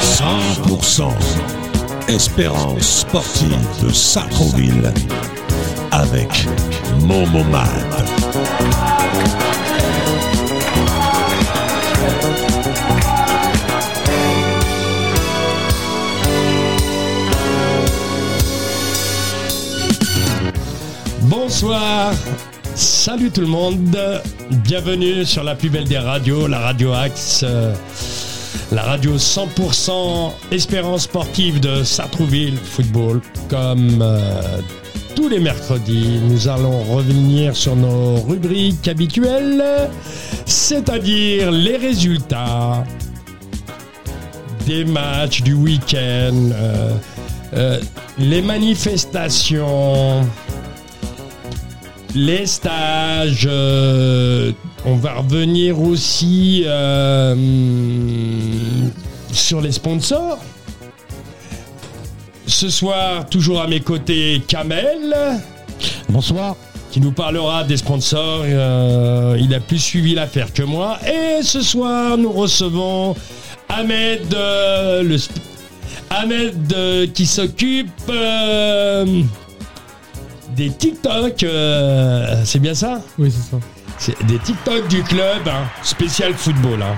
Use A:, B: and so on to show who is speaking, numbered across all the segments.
A: 100% Espérance sportive de Sacroville avec Momomad.
B: Bonsoir, salut tout le monde, bienvenue sur la plus belle des radios, la radio Axe. euh, la radio 100% Espérance sportive de Sartrouville Football. Comme euh, tous les mercredis, nous allons revenir sur nos rubriques habituelles, c'est-à-dire les résultats des matchs du week-end, euh, euh, les manifestations, les stages, euh, on va revenir aussi euh, hum, sur les sponsors. Ce soir, toujours à mes côtés, Kamel,
C: Bonsoir.
B: qui nous parlera des sponsors. Euh, il a plus suivi l'affaire que moi. Et ce soir, nous recevons Ahmed, euh, le sp- Ahmed euh, qui s'occupe euh, des TikTok. euh, C'est bien ça
C: Oui, c'est ça.
B: C'est des TikTok du club, hein, spécial football. hein.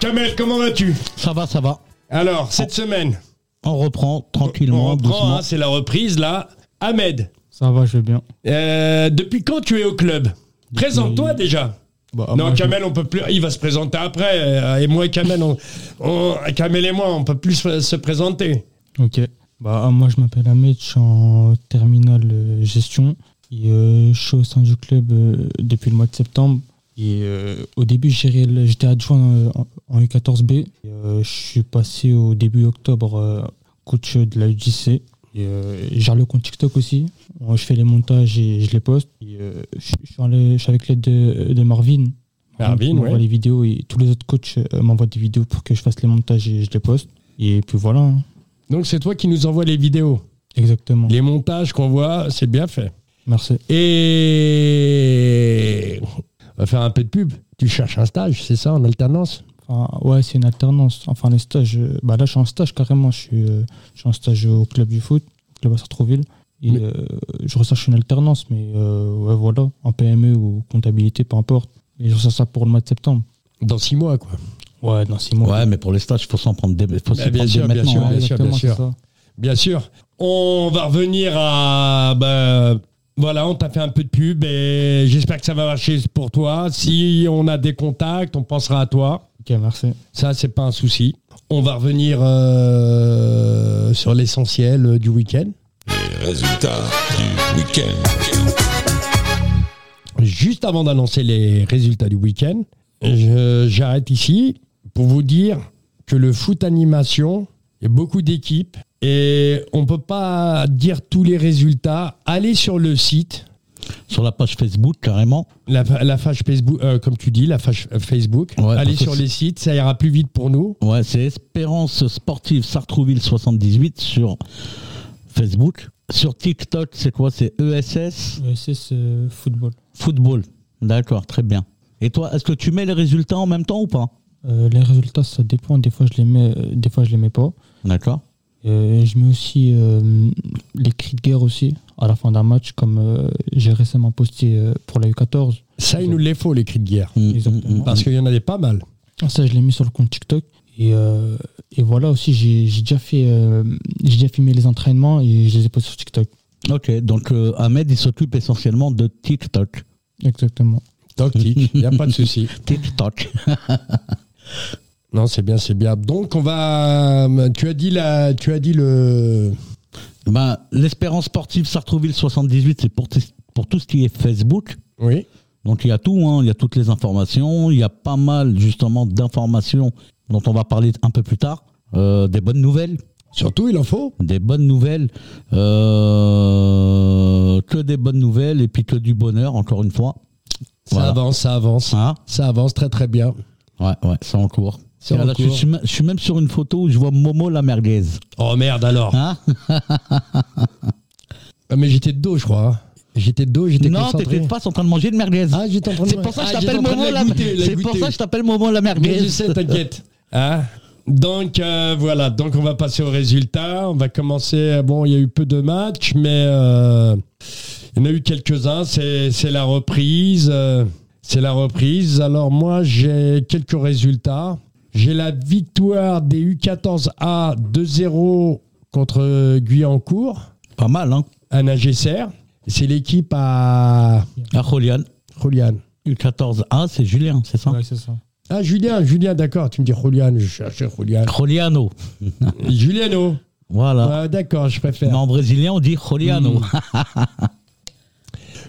B: Kamel, comment vas-tu
C: Ça va, ça va.
B: Alors, cette semaine,
C: On reprend tranquillement,
B: on reprend,
C: doucement.
B: hein, c'est la reprise là. Ahmed,
D: Ça va, je vais bien.
B: euh, depuis quand tu es au club Présente-toi déjà.
D: Bah,
B: non,
D: moi, je-
B: Kamel, on peut plus. Il va se présenter après. euh, Et moi, et Kamel, on, on- Kamel et moi, on peut plus se se présenter.
D: Ok. Bah, moi, je m'appelle Ahmed, je suis en terminale euh, gestion. Et, euh, je suis au sein du club euh, depuis le mois de septembre. Et euh, au début, gérais le- j'étais adjoint euh, en- en U14B. Et, euh, je suis passé au début octobre euh, coach de la UJC. Et, euh, je gère le compte TikTok aussi. Euh, Je fais les montages et je les poste. Et, euh, je, je suis en- je suis avec l'aide de, de Marvin.
B: Marvin,
D: Il m'envoie
B: ouais.
D: les vidéos et tous les autres coachs euh, m'envoient des vidéos pour que je fasse les montages et je les poste. Et puis voilà. hein.
B: Donc, c'est toi qui nous envoies les vidéos.
D: Exactement.
B: Les montages qu'on voit, c'est bien fait.
D: Merci.
B: Et on va faire un peu de pub. Tu cherches un stage, c'est ça, en alternance
D: Enfin, ouais, c'est une alternance. Enfin, les stages. euh, Bah là, je suis en stage carrément. Je suis, euh, je suis en stage au club du foot, au club à Sartrouville. Et,
B: Mais-
D: euh, je recherche une alternance, mais euh, ouais, voilà, en PME ou comptabilité, peu importe. Et je recherche ça pour le mois de septembre.
B: Dans six mois, quoi.
D: Ouais, dans six mois.
C: Ouais, mais pour les stages, il faut s'en prendre des. Faut s'y
B: Bah, bien
C: prendre
B: sûr,
C: dès
B: bien
C: maintenant,
B: sûr,
C: hein.
B: bien sûr.
D: exactement, c'est ça.
B: Bien sûr. On va revenir à. bah, voilà, on t'a fait un peu de pub et j'espère que ça va marcher pour toi. Si on a des contacts, on pensera à toi.
D: Ok, merci.
B: Ça, c'est pas un souci. On va revenir euh, sur l'essentiel euh, du week-end.
A: Les résultats du week-end.
B: Juste avant d'annoncer les résultats du week-end, je- j'arrête ici pour vous dire que le foot animation, il y a beaucoup d'équipes et on ne peut pas dire tous les résultats. Allez sur le site,
C: hein. Sur la page Facebook, carrément.
B: la, la page Facebook, euh, comme tu dis, la page euh, Facebook.
C: Ouais,
B: Allez
C: parce que
B: sur
C: c'est-
B: les sites, ça ira plus vite pour nous.
C: Ouais, c'est Espérance Sportive Sartrouville 78 sur Facebook. Sur TikTok, c'est quoi C'est ESS
D: ESS euh, football.
C: Football. D'accord, très bien. Et toi, est-ce que tu mets les résultats en même temps ou pas
D: Euh, les résultats, ça dépend. Des fois, je les mets, euh, des fois, je les mets pas.
C: D'accord.
D: Euh, je mets aussi euh, les cris de guerre aussi à la fin d'un match, comme euh, j'ai récemment posté euh, pour la U14.
B: Ça, il nous les faut, les cris de guerre.
C: Mm, mm,
D: Exactement.
C: mm.
B: Parce qu'il y en avait pas mal.
D: Ça, je l'ai mis sur le compte TikTok. Et, euh, et voilà aussi, j'ai j'ai déjà fait, euh, j'ai déjà filmé les entraînements et je les ai postés sur TikTok.
C: Ok, donc euh, Ahmed, il s'occupe essentiellement de TikTok.
D: Exactement.
B: Toc, tic, il n'y a pas de souci.
C: TikTok.
B: Non, c'est bien, c'est bien. Donc, on va. Tu as dit, la, tu as dit le.
C: Ben, L'espérance sportive Sartrouville 78, c'est pour, t- pour tout ce qui est Facebook.
B: Oui.
C: Donc il y a tout, hein, il y a toutes les informations, il y a pas mal justement d'informations dont on va parler un peu plus tard, Euh, des bonnes nouvelles.
E: Surtout, il en faut.
C: des bonnes nouvelles, euh, que des bonnes nouvelles et puis que du bonheur, encore une fois.
E: Ça
C: Voilà.
E: avance, ça avance.
C: Hein
E: Ça avance très très bien.
C: ouais, ouais, c'est en cours.
E: C'est
C: Et
E: en
C: là, Je,
E: cours.
C: suis, je suis même sur une photo où je vois Momo la merguez.
B: Oh merde alors.
C: Hein
E: Ah, Mais j'étais de dos, je crois. hein. J'étais de dos, j'étais
C: non,
E: concentré.
C: t'étais pas en train de manger de merguez.
E: Ah, j'étais en train de.
C: c'est pour ça que je
E: Ah, j'étais
C: t'appelle
E: en train de
C: Momo la,
E: goûter,
C: C'est pour
E: goûter.
C: ça que je t'appelle Momo la
B: Mais je
C: merguez.
B: sais, t'inquiète. Hein donc euh, voilà, donc on va passer aux résultats. On va commencer. euh, Bon, il y a eu peu de matchs, mais euh, il y en a eu quelques-uns. C'est c'est la reprise. euh, c'est la reprise. Alors moi, j'ai quelques résultats. J'ai la victoire des U14A 2-0 contre Guyancourt,
C: Pas mal, hein
B: à Nagesser. C'est l'équipe à
C: À Rolian.
B: Julian.
C: U14A, c'est Julien, Ah, c'est ça
D: Ouais, c'est ça.
B: Ah, Julien, Julien, d'accord. Tu me dis Julian, je cherchais Julian.
C: Roliano.
B: Juliano.
C: Voilà.
B: Ah, d'accord, je préfère.
C: Mais en brésilien, on dit Roliano.
B: Hmm.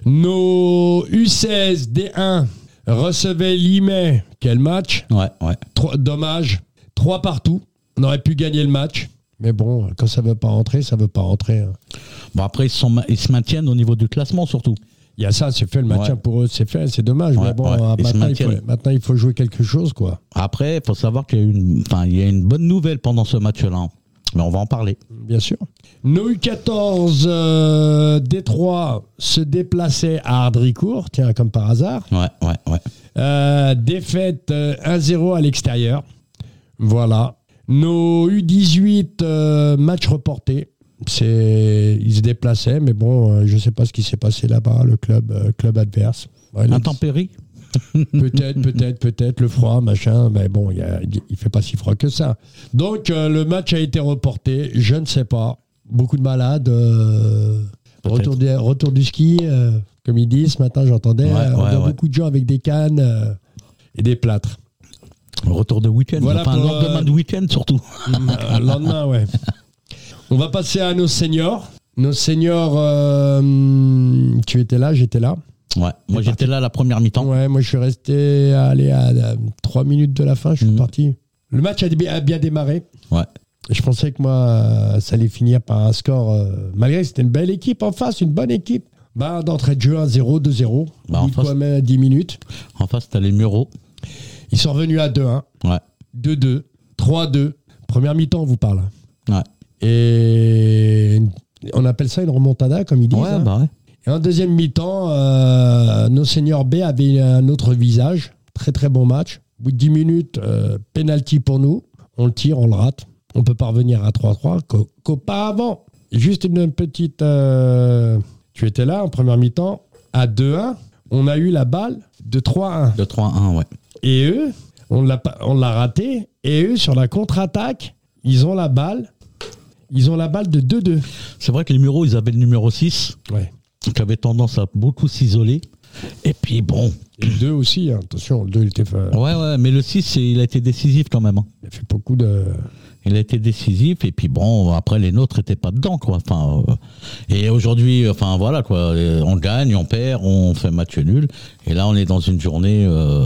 B: Nos U16 D1 recevaient Limay. Quel match
C: Ouais, ouais.
B: Trois- Dommage. Trois partout. On aurait pu gagner le match. Mais bon, quand ça veut pas rentrer, ça veut pas rentrer. hein.
C: Bon, après, ils, sont ma- ils se maintiennent au niveau du classement, surtout.
B: Il y a ça, c'est fait, le maintien
C: Ouais.
B: pour eux, c'est fait, c'est dommage.
C: Ouais,
B: mais bon,
C: ouais,
B: hein,
C: ils se
B: maintenant, il faut,
C: maintiennent.
B: maintenant, il faut jouer quelque chose, quoi.
C: Après, il faut savoir qu'il y, a eu une- enfin, il y a une bonne nouvelle pendant ce match-là. hein. Mais on va en parler.
B: Bien sûr. Nos U14 euh, D3 se déplaçaient à Ardricourt, tiens, comme par hasard.
C: Ouais, ouais, ouais.
B: Euh, défaite euh, 1-0 à l'extérieur. Voilà. Nos U18 euh, matchs reportés. C'est, ils se déplaçaient, mais bon, euh, je sais pas ce qui s'est passé là-bas, le club, euh, club adverse. Ouais, le-
C: Intempéries
B: peut-être, peut-être, peut-être le froid, machin. Mais bon, il y a- il fait pas si froid que ça. Donc euh, le match a été reporté. Je ne sais pas. Beaucoup de malades. euh,
C: Peut-être.
B: retour, des- retour du ski, euh, comme ils disent. Ce matin, j'entendais
C: Ouais,
B: euh, on
C: ouais,
B: voit
C: ouais.
B: beaucoup de gens avec des cannes euh, et des plâtres.
C: Retour de week-end.
B: Voilà
C: enfin,
B: pour, euh,
C: lendemain de week-end, surtout.
B: Euh, le lendemain, ouais. On va passer à nos seniors. Nos seniors, euh, tu étais là, j'étais là.
C: Ouais. Moi, j'étais là la première mi-temps.
B: Ouais, moi je suis resté à, aller à, 3 minutes de la fin, je suis
C: Mhm.
B: parti. Le match a, dé- a bien démarré.
C: Ouais.
B: Je pensais que moi, euh, ça allait finir par un score, euh, malgré que c'était une belle équipe en face, une bonne équipe. Bah, d'entrée de jeu 1-0, 2-0.
C: Bah,
B: Au
C: en
B: bout de
C: face-
B: quoi, même à 10 minutes.
C: En face, t'as les Mureaux.
B: Ils sont revenus à hein. 2-1,
C: Ouais.
B: 2-2, 3-2. Première mi-temps, on vous parle.
C: Ouais.
B: Et on appelle ça une remontada, comme ils disent.
C: Ouais,
B: hein.
C: bah ouais.
B: Et en deuxième mi-temps, euh, nos seniors B avaient un autre visage. Très très bon match. Au bout de 10 minutes, euh, penalty pour nous. On le tire, on le rate. On peut pas revenir à 3-3 qu'au- qu'auparavant. Juste une petite... euh, tu étais là en première mi-temps. À 2-1, on a eu la balle de 3-1.
C: De 3-1, ouais.
B: Et eux, on l'a pas- on l'a raté. Et eux, sur la contre-attaque, ils ont la balle. Ils ont la balle de 2-2.
C: C'est vrai que les Mureaux, ils avaient le numéro 6,
B: Ouais.
C: qui avait tendance à beaucoup s'isoler. Et puis, bon.
B: Et le 2 aussi, hein. attention, le 2 il était fa-
C: Ouais, ouais. Mais le 6, c'est- il a été décisif quand même. hein.
B: Il a fait beaucoup de.
C: Il a été décisif et puis bon après les nôtres étaient pas dedans quoi. Enfin euh, et aujourd'hui enfin voilà quoi euh, on gagne, on perd, on fait match nul et là on est dans une journée euh,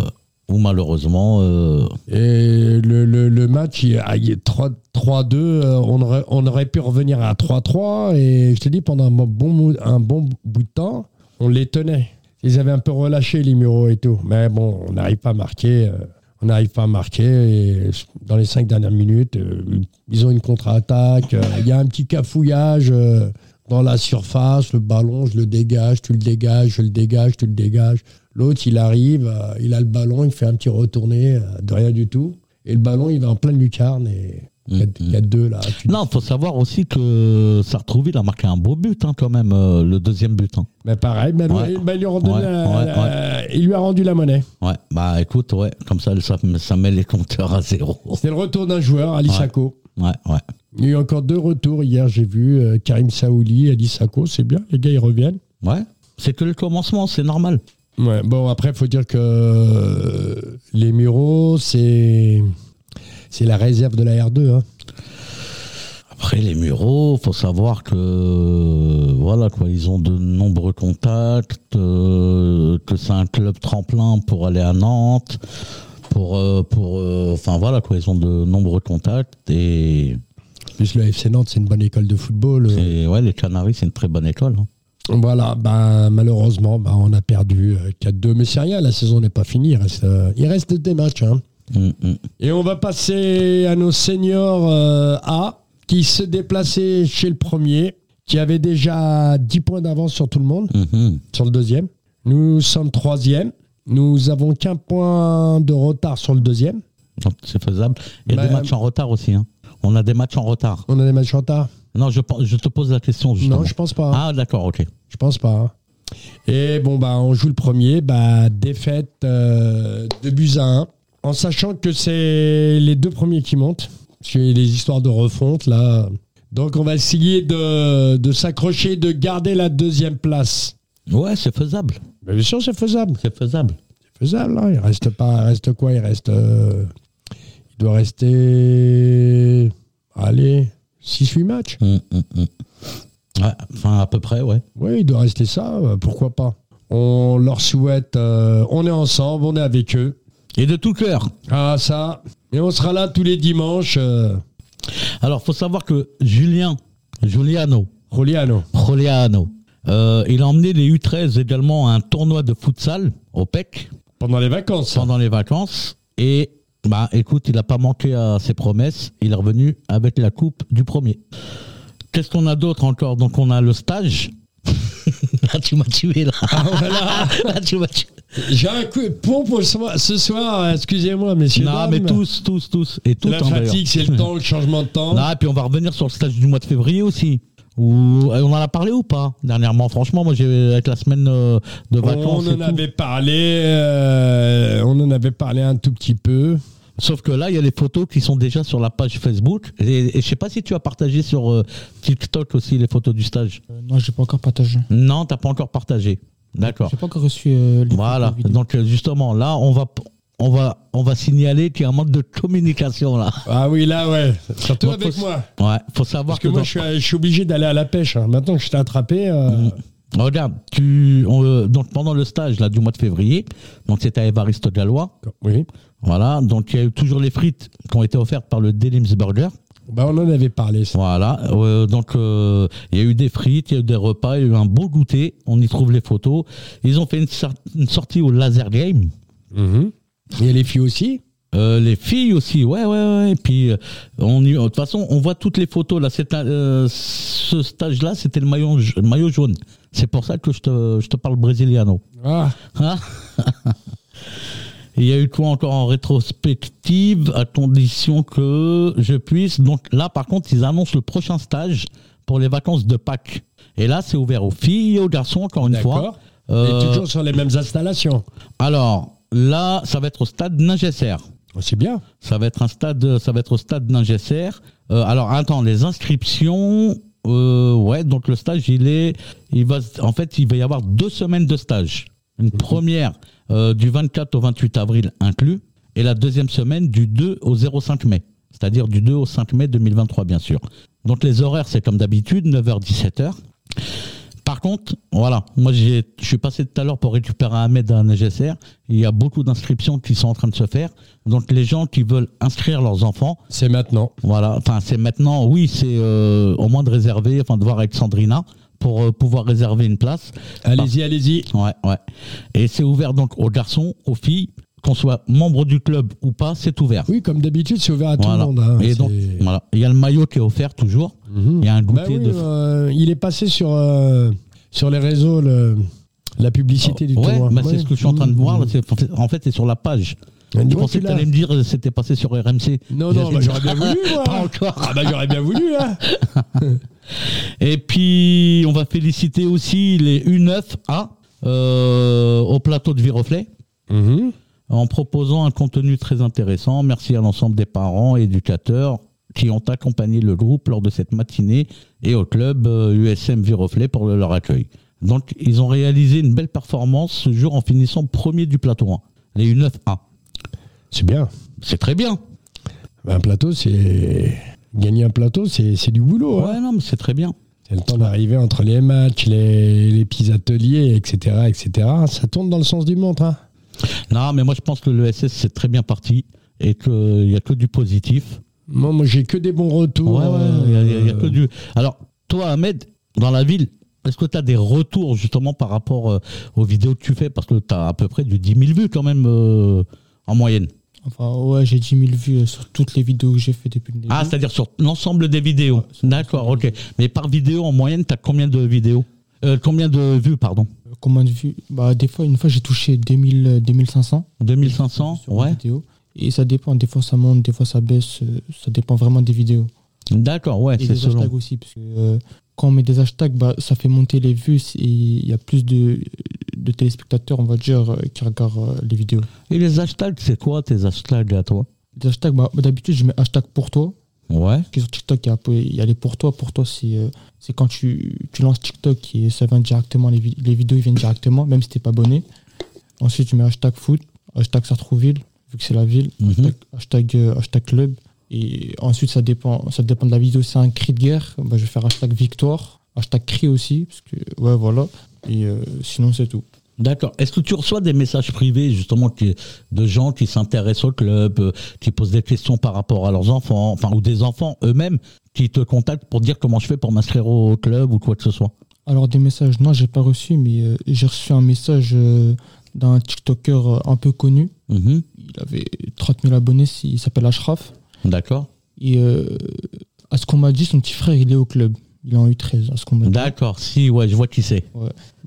C: où malheureusement euh,
B: Et le, le- le match, il, ah, il est 3 3-2, euh, on aurait, on aurait pu revenir à 3-3. Et je te dis, pendant un bon, mou- un bon bout de temps, on les tenait. Ils avaient un peu relâché les mureaux et tout. Mais bon, on n'arrive pas à marquer. euh, on n'arrive pas à marquer. Et dans les cinq dernières minutes, euh, ils ont une contre-attaque. euh, Il y a un petit cafouillage euh, dans la surface. Le ballon, je le dégage, tu le dégages, je le dégage, tu le dégages. L'autre, il arrive, euh, il a le ballon, il fait un petit retourné euh, de rien du tout. Et le ballon, il va en pleine lucarne. Et il y a- il y, a deux là. Tu-
C: Mm, non, faut savoir aussi que Sartrouville a marqué un beau but hein, quand même euh, le deuxième but. hein.
B: Mais pareil, mais
C: Ouais.
B: il- bah, il, lui a rendu
C: Ouais,
B: la-
C: ouais,
B: la- il lui a rendu la monnaie.
C: Ouais, bah écoute, ouais, comme ça ça, ça met les compteurs à zéro.
B: C'était le retour d'un joueur, Ali
C: Ouais.
B: Sacco.
C: Ouais, ouais.
B: Il y a eu encore deux retours hier, j'ai vu euh, Karim Saouli, Ali Sacco, c'est bien, les gars ils reviennent.
C: Ouais. C'est que le commencement, c'est normal.
B: Ouais, bon après faut dire que euh, les Mureaux c'est c'est la réserve de la R2 hein.
C: Après les Mureaux, faut savoir que euh, voilà quoi, ils ont de nombreux contacts, euh, que c'est un club tremplin pour aller à Nantes, pour euh, pour euh, enfin voilà quoi, ils ont de nombreux contacts et
B: plus, le FC Nantes, c'est une bonne école de football. euh,
C: Et ouais, les Canaries, c'est une très bonne école. hein.
B: Voilà, bah, malheureusement, bah, on a perdu euh, 4-2. Mais c'est rien, la saison n'est pas finie. Il reste, euh, il reste des matchs. hein.
C: Mm, mm.
F: Et on va passer à nos seniors euh, A.
B: Qui se déplaçait chez le premier, qui avait déjà 10 points d'avance sur tout le monde,
C: Mhm.
B: sur le deuxième. Nous sommes troisième. Nous avons qu'un point de retard sur le deuxième.
C: Donc, C'est faisable. Il y a
B: Bah,
C: des matchs en retard aussi. hein. On a des matchs en retard.
B: On a des matchs en retard
C: Non, je, pense- je te pose la question justement.
B: Non, je pense pas. hein.
C: Ah, d'accord, ok.
B: Je pense pas. hein. Et bon, bah, on joue le premier. Bah, défaite euh, de buts à 1. En sachant que c'est les deux premiers qui montent. Parce qu'il y a les histoires de refonte, là. Donc, on va essayer de, de s'accrocher, de garder la deuxième place.
C: Ouais, c'est faisable.
B: Mais bien sûr, c'est faisable.
C: C'est faisable.
B: C'est faisable. hein. Il reste pas. Il reste quoi Il reste. euh, il doit rester. Allez, 6-8 matchs.
C: Mm, mm, mm. Ouais, enfin, à peu près, ouais.
B: Oui, il doit rester ça, euh, pourquoi pas. On leur souhaite, euh, on est ensemble, on est avec eux.
C: Et de tout cœur.
B: Ah ça, et on sera là tous les dimanches. Euh,
C: Alors, faut savoir que Julien, Giuliano,
B: Roliano.
C: Proliano, euh, il a emmené les U13 également à un tournoi de futsal au PEC
F: Pendant les vacances.
C: pendant les vacances. Et bah, écoute, il n'a pas manqué à ses promesses. Il est revenu avec la coupe du premier. Qu'est-ce qu'on a d'autre encore Donc, on a le stage. là, tu m'as tué, là. là, tu m'as tué.
F: Ah, J'ai un coup de pompe au soir- ce soir, excusez-moi, messieurs.
C: Non,
F: dames.
C: mais tous, tous, tous. Et tous,
F: La
C: hein, d'ailleurs.
F: fatigue, c'est le temps, le changement de temps.
C: Non, et puis on va revenir sur le stage du mois de février aussi. Où, euh, on en a parlé ou pas dernièrement Franchement, moi, j'ai avec la semaine euh, de vacances.
F: on
C: et
F: en
C: tout.
F: avait parlé, euh, on en avait parlé un tout petit peu.
C: Sauf que là, il y a les photos qui sont déjà sur la page Facebook. Et, et je sais pas si tu as partagé sur euh, TikTok aussi les photos du stage.
D: Euh, non, j'ai pas encore partagé.
C: Non, t'as pas encore partagé. D'accord.
D: J'ai pas encore reçu euh, les
C: Voilà.
D: vidéos.
C: Donc euh, justement, là, on va on va on va signaler qu'il y a un manque de communication là.
F: Ah oui, là, ouais. Surtout
C: Moi,
F: avec
C: faut-
F: moi.
C: Ouais. Faut savoir
F: Parce que moi,
C: dans-
F: je suis, je suis obligé d'aller à la pêche. hein. Maintenant que je t'ai attrapé, euh,
C: Mm. Regarde, tu, on, euh, donc pendant le stage là, du mois de février, donc c'était à Évariste Gallois,
B: Oui.
C: voilà, donc il y a eu toujours les frites qui ont été offertes par le Delims Burger,
B: Bah on en avait parlé. ça.
C: voilà, euh, donc euh, il y a eu des frites, il y a eu des repas, il y a eu un beau goûter, on y trouve les photos, ils ont fait une, sor- une sortie au Laser Game,
B: Il y a les filles aussi.
C: Euh, les filles aussi, ouais, ouais, ouais, et puis euh, on y- de toute façon, on voit toutes les photos, là, c'est un- euh, ce stage-là, c'était le maillon, ja- maillot jaune, c'est pour ça que je te, je te parle brésiliano.
B: Ah,
C: Hein Il y a eu quoi encore en rétrospective, à condition que je puisse. Donc là, par contre, ils annoncent le prochain stage pour les vacances de Pâques. Et là, c'est ouvert aux filles et aux garçons, encore une fois.
F: D'accord.
C: Euh,
F: et toujours sur les mêmes installations.
C: Alors, là, ça va être au stade Ningesser.
B: oh, c'est bien.
C: Ça va être un stade, ça va être au stade Ningesser. Euh, alors, attends, les inscriptions. euh, ouais, donc le stage, il est, il va, s- en fait, il va y avoir deux semaines de stage. Une première euh, du 24 au 28 avril inclus, et la deuxième semaine du 2 au 05 mai, c'est-à-dire du 2 au 5 mai 2023, bien sûr. Donc les horaires, c'est comme d'habitude, 9h-17h. Par contre, voilà, moi j'ai- je suis passé tout à l'heure pour récupérer Ahmed à un GSR. Il y a beaucoup d'inscriptions qui sont en train de se faire. Donc les gens qui veulent inscrire leurs enfants,
B: C'est maintenant.
C: voilà, enfin c'est maintenant, oui, c'est euh, au moins de réserver, enfin de voir avec Sandrina pour euh, pouvoir réserver une place. Bah.
B: Allez-y, allez-y.
C: Ouais, ouais. Et c'est ouvert donc aux garçons, aux filles, qu'on soit membre du club ou pas, c'est ouvert.
B: Oui, comme d'habitude, c'est ouvert à
C: voilà.
B: tout le monde. hein.
C: Et
B: C'est-
C: donc voilà, il y a le maillot qui est offert toujours. Il y a un
B: Bah
C: goûter
B: oui,
C: de
B: euh, il est passé sur euh, sur les réseaux le- la publicité du
C: Ouais,
B: tournoi.
C: bah, c'est ce que je suis en train de voir. là, c'est- en fait, c'est sur la page.
B: Mais
C: Je
B: dis-moi,
C: pensais
B: tu
C: que tu
B: l'as.
C: allais me dire euh, c'était passé sur RMC.
B: Non, non,
C: J'ai-
B: bah, j'aurais bien voulu. moi.
C: Pas encore.
B: Ah bah j'aurais bien voulu là.
C: Et puis, on va féliciter aussi les U9A euh, au plateau de Viroflay en proposant un contenu très intéressant. Merci à l'ensemble des parents et éducateurs qui ont accompagné le groupe lors de cette matinée et au club euh, USM Viroflay pour le- leur accueil. Donc, ils ont réalisé une belle performance ce jour en finissant premier du plateau 1, les U9A.
B: C'est bien.
C: C'est très bien.
B: Bah, Un plateau, c'est. Gagner un plateau, c'est c'est du boulot. hein.
C: Ouais, non, mais c'est très bien.
B: C'est le temps d'arriver entre les matchs, les, les petits ateliers, etc., etc. Ça tourne dans le sens du montre. hein.
C: Non, mais moi je pense que le SS c'est très bien parti et qu'il n'y a que du positif.
B: Moi, moi j'ai que des bons retours.
C: Ouais, ouais, il y a- il y a- il y a que
B: euh,
C: du. Alors, toi, Ahmed, dans la ville, est-ce que tu as des retours justement par rapport euh, aux vidéos que tu fais Parce que tu as à peu près du 10 000 vues quand même euh, en moyenne.
D: Enfin, ouais, j'ai 10 000 vues euh, sur toutes les vidéos que j'ai fait depuis le début.
C: Ah, c'est-à-dire sur l'ensemble des vidéos. D'accord, ok. Mais par vidéo, en moyenne, tu as combien de vidéos Euh, Combien de vues, pardon
D: Euh, Combien de vues Bah, des fois, une fois, j'ai touché 2000, euh, 2500
C: 2500
D: sur
C: Ouais.
D: une vidéo. Et ça dépend, des fois ça monte, des fois ça baisse, euh, ça dépend vraiment des vidéos.
C: D'accord, ouais,
D: Et
C: c'est
D: des hashtags
C: selon.
D: aussi, parce que euh, quand on met des hashtags, bah, ça fait monter les vues et il y a plus de, de téléspectateurs, on va dire, euh, qui regardent euh, les vidéos.
C: Et les hashtags, c'est quoi tes hashtags à toi
D: Les hashtags, bah, d'habitude, je mets hashtag pour toi.
C: Ouais.
D: Parce que sur TikTok, il y a- il y, a les pour toi. Pour toi, c'est euh, c'est quand tu, tu lances TikTok et ça vient directement, les, vi- les vidéos ils viennent directement, même si t'es pas abonné. Ensuite, tu mets hashtag foot, hashtag Sartrouville, vu que c'est la ville,
C: Mhm.
D: hashtag, hashtag, euh, hashtag club. Et ensuite, ça dépend, ça dépend de la vidéo. Si c'est un cri de guerre, bah, je vais faire hashtag victoire, hashtag cri aussi, parce que, ouais, voilà. Et euh, sinon, c'est tout.
C: D'accord. Est-ce que tu reçois des messages privés justement qui- de gens qui s'intéressent au club, euh, qui posent des questions par rapport à leurs enfants, enfin ou des enfants eux-mêmes qui te contactent pour dire comment je fais pour m'inscrire au club ou quoi que ce soit
D: Alors des messages, non, j'ai pas reçu, mais euh, j'ai reçu un message euh, d'un TikToker euh, un peu connu.
C: Mhm.
D: Il avait 30 000 abonnés, si- il s'appelle Ashraf.
C: D'accord.
D: Et euh, à ce qu'on m'a dit, son petit frère, il est au club. Il en a eu 13, à ce qu'on m'a dit.
C: D'accord. Si, ouais, je vois qui c'est.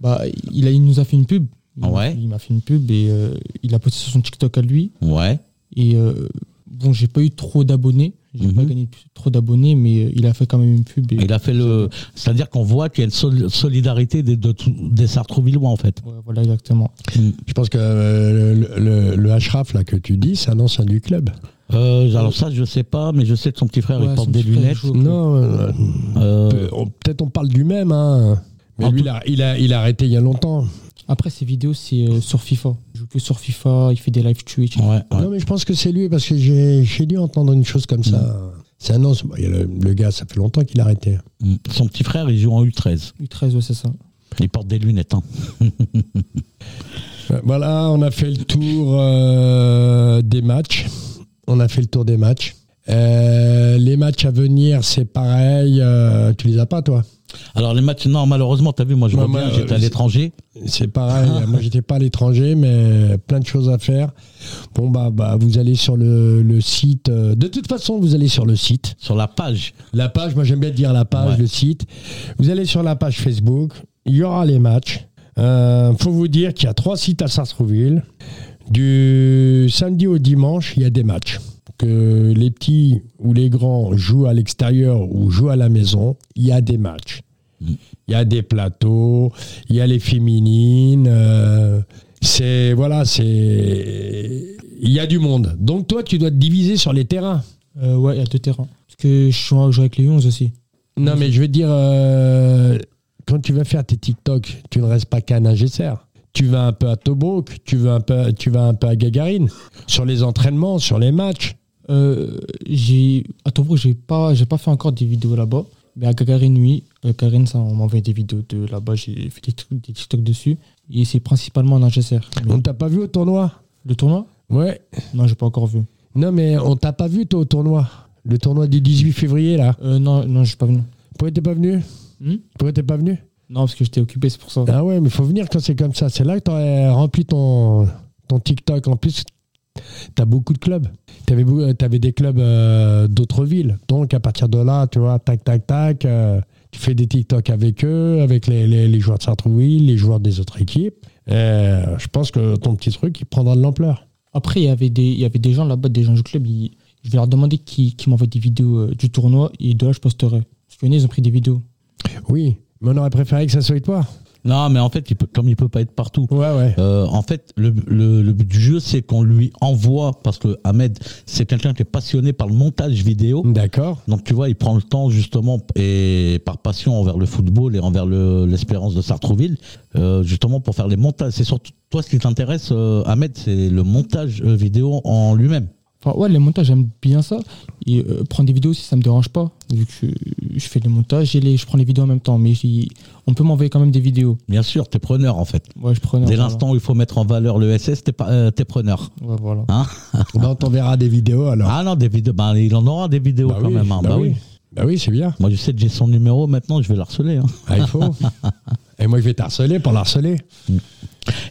D: Bah, il, a, il nous a fait une pub. Il m'a-
C: Ouais.
D: Il m'a fait une pub et euh, il a posté sur son TikTok à lui.
C: Ouais.
D: Et euh, bon, j'ai pas eu trop d'abonnés. J'ai
C: Mhm.
D: pas gagné plus- trop d'abonnés, mais euh, il a fait quand même une pub. Et,
C: Il a fait le, c'est-à-dire qu'on voit qu'il y a une sol- solidarité des, de, tout- des Sartrouvillois en fait.
D: Ouais, voilà, exactement.
B: Je pense que euh, le, le- le Ashraf là, que tu dis, c'est un ancien du club.
C: Euh, alors ça, je sais pas, mais je sais que son petit frère
D: Ouais,
C: il porte
D: son
C: des
D: petit frère, il
C: lunettes.
D: joue au club.
B: Non, euh,
C: Euh,
B: peu- on- peut-être on parle du même. hein. Mais
C: En
B: lui,
C: tout-
B: il a, il, a, il a arrêté il y a longtemps.
D: Après, ses vidéos, c'est euh, sur FIFA. Il joue que sur FIFA, il fait des live Twitch.
C: ouais, ouais.
B: Non, mais je pense que c'est lui, parce que j'ai j'ai dû entendre une chose comme ça. C'est un an. c'est- bon, il y a le, le gars, ça fait longtemps qu'il a arrêté.
C: Mm. Son petit frère, il joue en U13.
D: U13, ouais, c'est ça.
C: Il porte des lunettes. hein.
B: Euh, Voilà, on a fait le tour euh, des matchs. On a fait le tour des matchs. Euh, les matchs à venir, c'est pareil. euh, tu les as pas, toi
C: Alors les matchs, non, malheureusement, t'as vu, moi je
B: Moi,
C: reviens,
B: moi,
C: j'étais à
B: euh,
C: l'étranger.
B: C'est pareil. Moi, j'étais pas à l'étranger, mais plein de choses à faire. Bon, bah, bah vous allez sur le, le site. euh, De toute façon, vous allez sur le site.
C: Sur la page,
B: La page, moi, j'aime bien dire la page,
C: Ouais.
B: le site. Vous allez sur la page Facebook. Il y aura les matchs. Euh, faut vous dire qu'il y a trois sites à Sartrouville. Du samedi au dimanche, il y a des matchs. Que les petits ou les grands jouent à l'extérieur ou jouent à la maison, il y a des matchs. Il y a des plateaux, il y a les féminines. euh, c'est voilà, c'est il y a du monde. Donc toi, tu dois te diviser sur les terrains.
D: Euh, ouais, il y a deux terrains. Parce que je suis en- je joue avec les 11 aussi.
B: Non, mais je veux dire, euh, quand tu vas faire tes TikTok, tu ne restes pas qu'à Nagesser. Tu vas un peu à Tobruk, tu vas un peu, tu vas un peu à Gagarine, sur les entraînements, sur les matchs.
D: Euh, j'ai à Tobruk, j'ai pas j'ai pas fait encore des vidéos là-bas, mais à Gagarine oui, euh, Gagarine ça on m'a envoyé des vidéos de là-bas, j'ai fait des, trucs- des TikTok dessus et c'est principalement en HSR. Mais
B: On t'a pas vu au tournoi
D: le tournoi
B: Ouais.
D: Non, j'ai pas encore vu.
B: Non, mais on t'a pas vu toi au tournoi. Le tournoi du 18 février là.
D: Euh, non, non, je suis pas venu.
B: Pourquoi t'es pas venu
D: Hmm
B: Pourquoi t'es pas venu
D: Non, parce que j'étais occupé, c'est pour ça.
B: Ah ouais, mais faut venir quand c'est comme ça. C'est là que t'aurais rempli ton, ton TikTok. En plus, t'as beaucoup de clubs. T'avais, beau- t'avais des clubs euh, d'autres villes. Donc, à partir de là, tu vois, tac, tac, tac, euh, tu fais des TikTok avec eux, avec les, les- les joueurs de Sartrouville, les joueurs des autres équipes. Euh, je pense que ton petit truc, il prendra de l'ampleur.
D: Après, il y avait des il y avait des gens là-bas, des gens du club, ils- je vais leur demander qui qui m'envoie des vidéos euh, du tournoi et de là je posterai. Parce qu'il y en a, ils ont pris des vidéos.
B: Oui, mais on aurait préféré que ça soit toi.
C: non, mais en fait, il peut- comme il peut pas être partout.
B: Ouais, ouais.
C: euh, en fait, le, le- le but du jeu, c'est qu'on lui envoie, parce que Ahmed, c'est quelqu'un qui est passionné par le montage vidéo.
B: D'accord.
C: Donc tu vois, il prend le temps justement et par passion envers le football et envers le- l'espérance de Sartrouville, euh, justement pour faire les montages. C'est surtout toi ce qui t'intéresse, euh, Ahmed, c'est le montage euh, vidéo en lui-même.
D: Enfin, ouais, les montages, j'aime bien ça. Et euh, prendre des vidéos aussi, ça me dérange pas. Vu que euh, je fais les montages et les, je prends les vidéos en même temps. Mais j'y- on peut m'envoyer quand même des vidéos.
C: Bien sûr, t'es preneur en fait.
D: Ouais, je prenais.
C: Dès
D: voilà.
C: l'instant où il faut mettre en valeur le SS, t'es pas- euh, t'es preneur.
D: Ouais, voilà.
B: Bah, on t'enverra des vidéos alors.
C: Ah non, des vidéos. Bah, il en aura des vidéos
B: Bah
C: quand
B: oui,
C: même. hein.
B: bah
C: Bah, oui.
B: oui. Bah oui, c'est bien.
C: Moi, je sais que j'ai son numéro maintenant, je vais l'harceler. hein.
B: Ah, il faut. Et moi, je vais t'harceler pour l'harceler.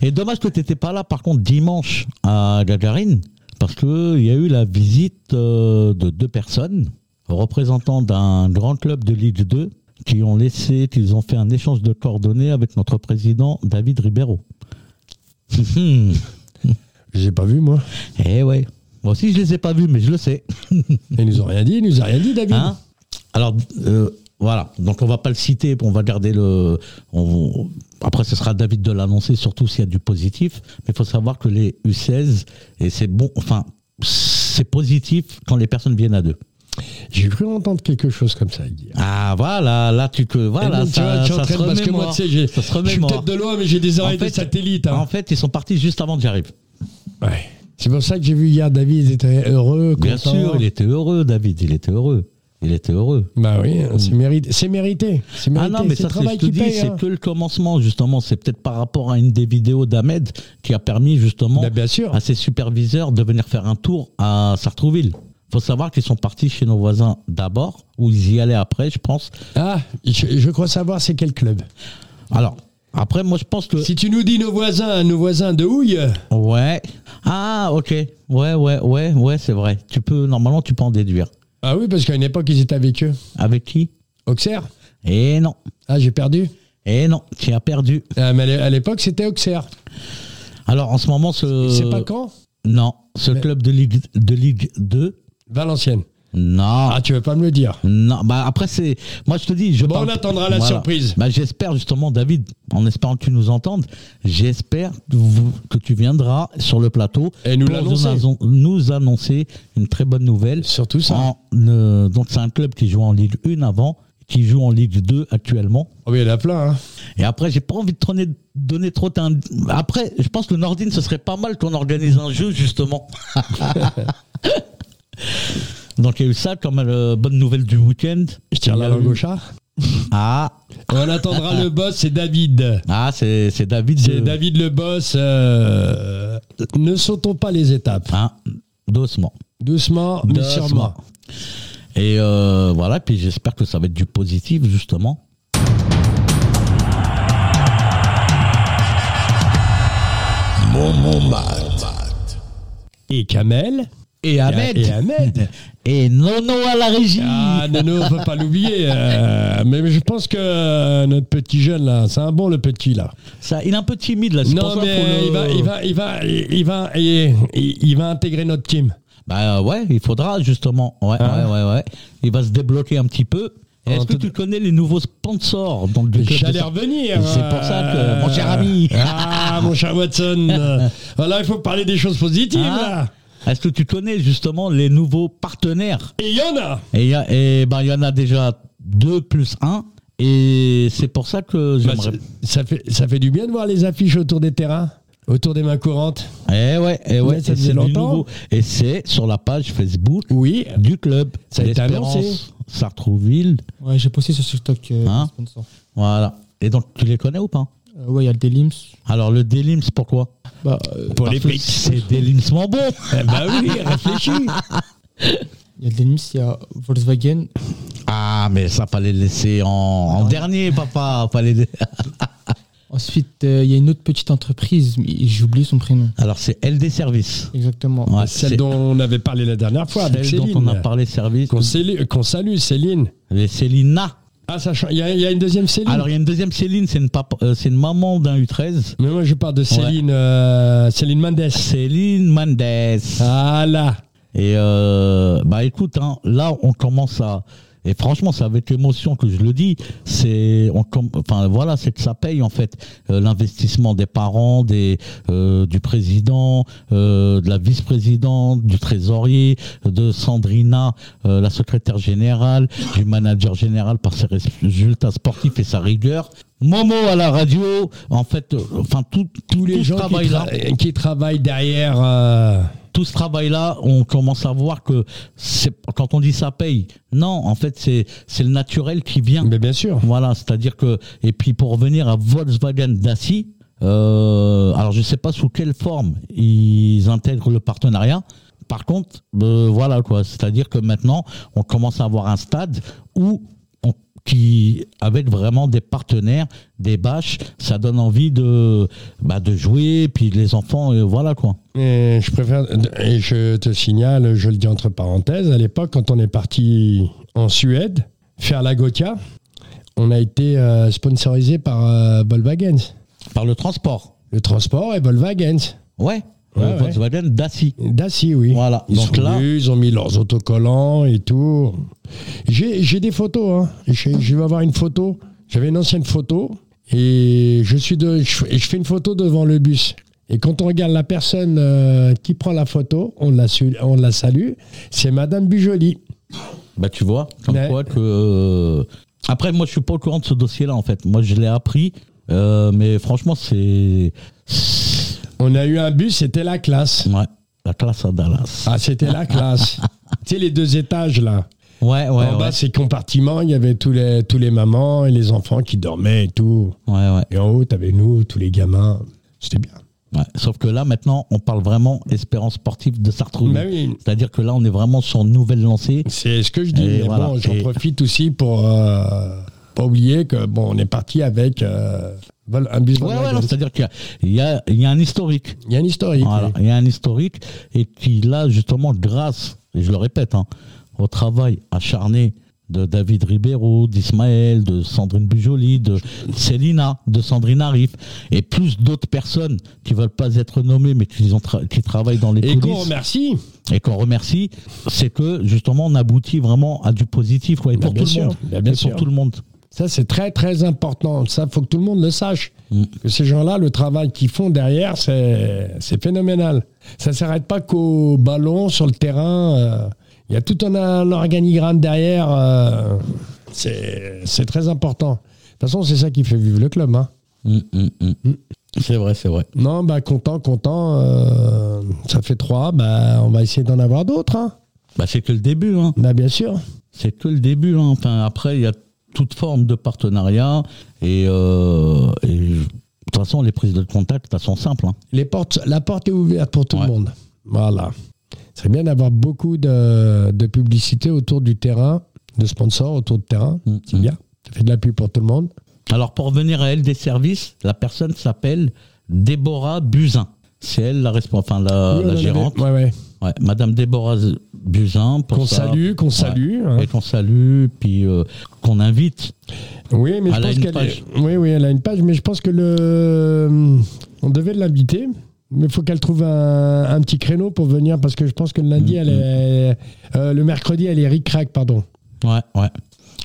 C: Et dommage que t'étais pas là, par contre, dimanche à Gagarine, parce que euh, il y a eu la visite euh, de deux personnes, représentants d'un grand club de Ligue 2, qui ont laissé, qu'ils ont fait un échange de coordonnées avec notre président David Ribeiro. Eh
B: J'ai pas vu, moi.
C: ouais. Moi aussi, je les ai pas vus, mais je le sais.
B: Ils nous ont rien dit, ils nous ont rien dit, David.
C: Hein Alors euh, voilà, donc on va pas le citer, on va garder le. on- après, ce sera à David de l'annoncer, surtout s'il y a du positif. Mais il faut savoir que les U16 et c'est bon, enfin c'est positif quand les personnes viennent à deux.
B: J'ai cru entendre quelque chose comme ça hier.
C: Ah voilà, là tu te voilà,
B: Et donc, tu vois,
C: ça,
B: je suis en
C: ça se
B: train de- parce que moi,
C: remémore.
B: tu sais, j'ai-
C: Ça se
B: Je suis
C: remémore.
B: peut-être de loin, mais j'ai des oreilles
C: En fait,
B: de satellite. hein.
C: En fait, ils sont partis juste avant que j'arrive.
B: Ouais. C'est pour ça que j'ai vu hier David, il était heureux,
C: Bien
B: content.
C: sûr, il était heureux, David, il était heureux, il était heureux.
B: Bah oui, hein, c'est mérité. C'est mérité. C'est
C: Ah
B: mérité.
C: non, mais
B: c'est le
C: ça, c'est- je
B: travail
C: te
B: qui
C: dis,
B: paye.
C: c'est
B: hein.
C: que le commencement, justement. C'est peut-être par rapport à une des vidéos d'Ahmed qui a permis, justement,
B: Bah, bien sûr.
C: à ses superviseurs de venir faire un tour à Sartrouville. faut savoir qu'ils sont partis chez nos voisins d'abord, ou ils y allaient après, je pense.
B: Ah, je, je crois savoir c'est quel club.
C: Alors, après, moi, je pense que.
B: Si tu nous dis nos voisins, nos voisins de Houille,
C: Ouais. Ah, ok. Ouais, ouais, ouais, ouais, c'est vrai. Tu peux, normalement, tu peux en déduire.
B: ah oui, parce qu'à une époque, ils étaient avec eux.
C: Avec qui
B: Auxerre
C: Eh non.
B: Ah, j'ai perdu.
C: Eh non, tu as perdu.
B: Ah, mais à l'époque, c'était Auxerre.
C: Alors, en ce moment, ce.
B: C'est pas quand
C: Non. Ce club de Ligue, de Ligue 2.
B: Valenciennes.
C: Non.
B: Ah, tu veux pas me le dire
C: Non, bah après c'est, moi je te dis, je
B: Bon,
C: parle-
B: on attendra la surprise.
C: Bah j'espère justement, David, en espérant que tu nous entendes, j'espère que vous- que tu viendras sur le plateau
B: Et nous
C: pour
B: l'annoncer.
C: annoncer- nous annoncer une très bonne nouvelle.
B: Surtout ça.
C: En, euh, donc c'est un club qui joue en Ligue 1 avant, qui joue en Ligue 2 actuellement.
B: Oh, mais il y en a plein, hein.
C: Et après, j'ai pas envie de donner, donner trop d'un. Après, je pense que le Nordine, ce serait pas mal qu'on organise un jeu, justement. Donc, il y a eu ça comme euh, bonne nouvelle du week-end.
B: Je tire la
C: Il y a
B: langue
C: eu-
B: au chat.
C: Ah,
B: On attendra le boss, c'est David.
C: ah c'est c'est David. euh,
B: C'est
C: de-
B: David le boss. euh, Ne sautons pas les étapes.
C: Hein, doucement.
B: Doucement, mais sûrement.
C: Doucement. Et euh, voilà, puis j'espère que ça va être du positif, justement.
A: Mon, mon mat.
B: Et Kamel.
C: Et Ahmed.
B: Et Ahmed.
C: Et Nono à la régie.
B: Ah, Nono, on peut pas l'oublier. euh, mais je pense que euh, notre petit jeune, là, c'est un bon, le petit, là.
C: Ça, il est un peu timide, là. c'est pour
B: Non,
C: ça qu'on
B: mais
C: le-
B: il va, il va, il va, il va, il, il- il va intégrer notre team.
C: Bah euh, ouais, il faudra justement. Ouais, ouais, ouais, ouais. Il va se débloquer un petit peu. Et Est-ce
B: En
C: que
B: Ah. tout-
C: tu connais les nouveaux sponsors dans le club de
B: J'allais
C: Sar-
B: revenir.
C: Et c'est pour ça que,
B: euh,
C: mon cher ami.
B: Ah, mon cher Watson. euh, voilà, il faut parler des choses positives,
C: Hein
B: là.
C: Est-ce que tu connais justement les nouveaux partenaires
B: Et il y en a.
C: Et il y, a- eh ben, il y en a déjà deux plus un. Et c'est pour ça que
B: Bah,
C: j'aimerais.
B: c'est- ça, fait, ça fait du bien de voir les affiches autour des terrains, autour des mains courantes.
C: eh ouais, eh ouais.
B: Mais ça
C: et
B: faisait
C: c'est du
B: longtemps.
C: nouveau. Et c'est sur la page Facebook
B: Oui.
C: du club.
B: Ça a été
C: L'Espérance
B: annoncé.
C: Sartrouville.
D: Ouais, j'ai posté sur TikTok. euh,
C: Hein
D: des sponsors.
C: Voilà. Et donc, tu les connais ou pas
D: Euh, ouais, il y a le Delims.
C: Alors, le Delims, pourquoi
D: Bah, euh,
B: Pour les
C: Parce que
B: pics.
C: C'est délinsement bon.
B: bah oui, réfléchis.
D: il y a le Delims, il y a Volkswagen.
C: Ah, mais ça, fallait le laisser en, en dernier, papa. Fallait... le-
D: Ensuite, euh, il y a une autre petite entreprise, mais j'ai oublié son prénom.
C: Alors, c'est LD Service.
D: Exactement.
C: Ouais,
B: Celle
C: Ah, c'est
B: dont on avait parlé la dernière fois avec
C: celle dont
B: Céline.
C: on a parlé, Service.
B: Qu'on salue, qu'on salue, Céline.
C: Les Célina.
B: Ah, ça change. Il y, a- il y a une deuxième Céline.
C: Alors, il y a une deuxième Céline, c'est une, papa- euh, c'est une maman d'un U13.
B: Mais moi, je parle de Céline, euh, Céline Mendes.
C: Céline Mendes.
B: Ah là.
C: Et euh, bah écoute, hein, là on commence à et franchement c'est avec émotion que je le dis, c'est on com- enfin voilà c'est que ça paye en fait Euh, l'investissement des parents, des euh, du président, euh, de la vice-présidente, du trésorier, de Sandrina, euh, la secrétaire générale, du manager général par ses résultats sportifs et sa rigueur. Momo à la radio, en fait, euh, enfin tout,
B: Tous les
C: tout ce
B: gens qui,
C: travail-là.
B: tra- qui travaillent derrière, euh,
C: tout ce travail-là, on commence à voir que c'est quand on dit ça paye, non, en fait, c'est c'est le naturel qui vient.
B: Mais bien sûr.
C: Voilà, c'est-à-dire que et puis pour revenir à Volkswagen Dacia, euh, alors je ne sais pas sous quelle forme ils intègrent le partenariat. Par contre, euh, voilà quoi, c'est-à-dire que maintenant, on commence à avoir un stade où on- qui avec vraiment des partenaires, des bâches, ça donne envie de bah, de jouer, puis les enfants, euh, voilà quoi.
B: Et je préfère. Et je te signale, je le dis entre parenthèses, à l'époque, quand on est parti en Suède faire la Gotia, on a été euh, sponsorisé par euh, Volkswagen.
C: Par le transport.
B: Le transport et Volkswagen.
C: Ouais.
B: Ouais,
C: Euh,
B: ouais.
C: Volkswagen Dacia.
B: Daci, oui.
C: Voilà.
B: Ils
C: Donc
B: sont
C: là-
B: venus, ils ont mis leurs autocollants et tout. J'ai j'ai des photos. Hein. J'ai- Je vais avoir une photo. J'avais une ancienne photo et je suis de, je, et je fais une photo devant le bus. Et quand on regarde la personne euh, qui prend la photo, on la, su- on la salue. C'est Madame Bujoli.
C: Bah tu vois, comme
B: Ouais.
C: quoi que. euh, Après, moi, je suis pas au courant de ce dossier-là, en fait. Moi, je l'ai appris, euh, mais franchement, c'est
B: On a eu un bus, c'était la classe.
C: ouais, la classe à Dallas.
B: Ah, c'était la classe. tu sais, les deux étages là.
C: Ouais, ouais,
B: en
C: ouais,
B: bas, c'est compartiment. Il y avait tous les, tous les mamans et les enfants qui dormaient et tout.
C: ouais, ouais,
B: Et en haut, t'avais nous, tous les gamins. C'était bien.
C: ouais. Sauf que là, maintenant, on parle vraiment espérance sportive de Sartrouville.
B: Bah oui.
C: C'est-à-dire que là, on est vraiment sur une nouvelle lancée.
B: C'est ce que je dis.
C: Et
B: mais
C: voilà.
B: bon, j'en
C: Et-
B: profite aussi pour euh, pas oublier que bon, on est parti avec euh, vol- un bus
C: Ouais, ouais,
B: Volkswagen.
C: non, c'est-à-dire qu'il y a- il y a, il y a un historique.
B: Il y a une historique.
C: Voilà, il y a un historique et qui là justement grâce, et je le répète, hein, au travail acharné de David Ribeiro, d'Ismaël, de Sandrine Bujoli, de Célina, de Sandrine Arif, et plus d'autres personnes qui veulent pas être nommées mais qui, ont tra- qui travaillent dans les
B: Et qu'on
C: coulisses
B: remercie.
C: et qu'on remercie, c'est que justement on aboutit vraiment à du positif quoi, et
B: Bah,
C: pour
B: bien
C: tout
B: sûr,
C: le monde,
B: bah, bien
C: et
B: sûr.
C: pour tout le monde.
B: Ça, c'est très, très important. Ça, faut que tout le monde le sache.
C: Mm.
B: Que ces gens-là, le travail qu'ils font derrière, c'est c'est phénoménal. Ça s'arrête pas qu'au ballon, sur le terrain. euh, Il y a tout un, un organigramme derrière. euh, c'est c'est très important. De toute façon, c'est ça qui fait vivre le club. Hein.
C: Mm, mm, mm. C'est vrai, c'est vrai.
B: Non, bah content, content. euh, ça fait trois, bah on va essayer d'en avoir d'autres. Hein.
C: Bah, c'est que le début, hein.
B: Bah bien sûr.
C: c'est que le début. hein. Enfin, après, il y a toute forme de partenariat. Et, euh, et de toute façon, les prises de contact, elles sont simples. hein.
B: Les portes, la porte est ouverte pour tout
C: Ouais.
B: le monde. Voilà. C'est bien d'avoir beaucoup de, de publicité autour du terrain, de sponsors autour du terrain.
C: Mm,
B: C'est
C: mm.
B: bien. Ça fait de l'appui pour tout le monde.
C: Alors, pour revenir à elle des services, la personne s'appelle Déborah Buzyn. C'est elle la, respons- enfin, Euh,
B: Oui,
C: la,
B: on en
C: la
B: avait-
C: gérante.
B: Ouais, ouais.
C: Ouais, Madame Déborah Z- Buzyn. pour
B: Qu'on
C: ça.
B: salue, qu'on salue. hein.
C: Et qu'on salue, puis euh, qu'on invite.
B: Oui, mais je
C: Elle a
B: pense
C: une
B: qu'elle
C: page.
B: est- Oui, oui, elle a une page, mais je pense que le. On devait l'inviter, mais il faut qu'elle trouve un, un petit créneau pour venir, parce que je pense que le lundi,
C: Mhm.
B: elle est. euh, le mercredi, elle est ric-rac, pardon.
C: Ouais, ouais.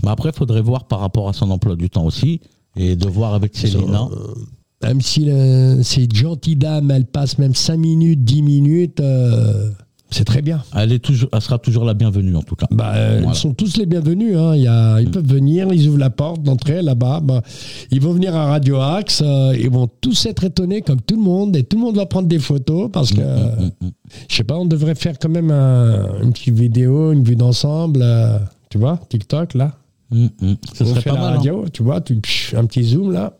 C: Bah après, faudrait voir par rapport à son emploi du temps aussi. Et de voir avec Célina.
B: euh, Même si le- ces gentilles dames, elles passent même 5 minutes, 10 minutes, euh, c'est très bien.
C: Elle, est toujours, elle sera toujours la bienvenue, en tout cas.
B: Bah, euh,
C: Voilà.
B: Ils sont tous les bienvenus. hein. Il y a- ils peuvent venir, ils ouvrent la porte d'entrée là-bas. bah, ils vont venir à Radio Axe. euh, ils vont tous être étonnés comme tout le monde. Et tout le monde va prendre des photos parce que, euh, je sais pas, on devrait faire quand même un- une petite vidéo, une vue d'ensemble. euh, tu vois, TikTok là.
C: Mm, mm. Ce
B: on
C: serait
B: fait
C: pas
B: la
C: mal. hein.
B: radio, tu vois, tu, pff, un petit zoom là.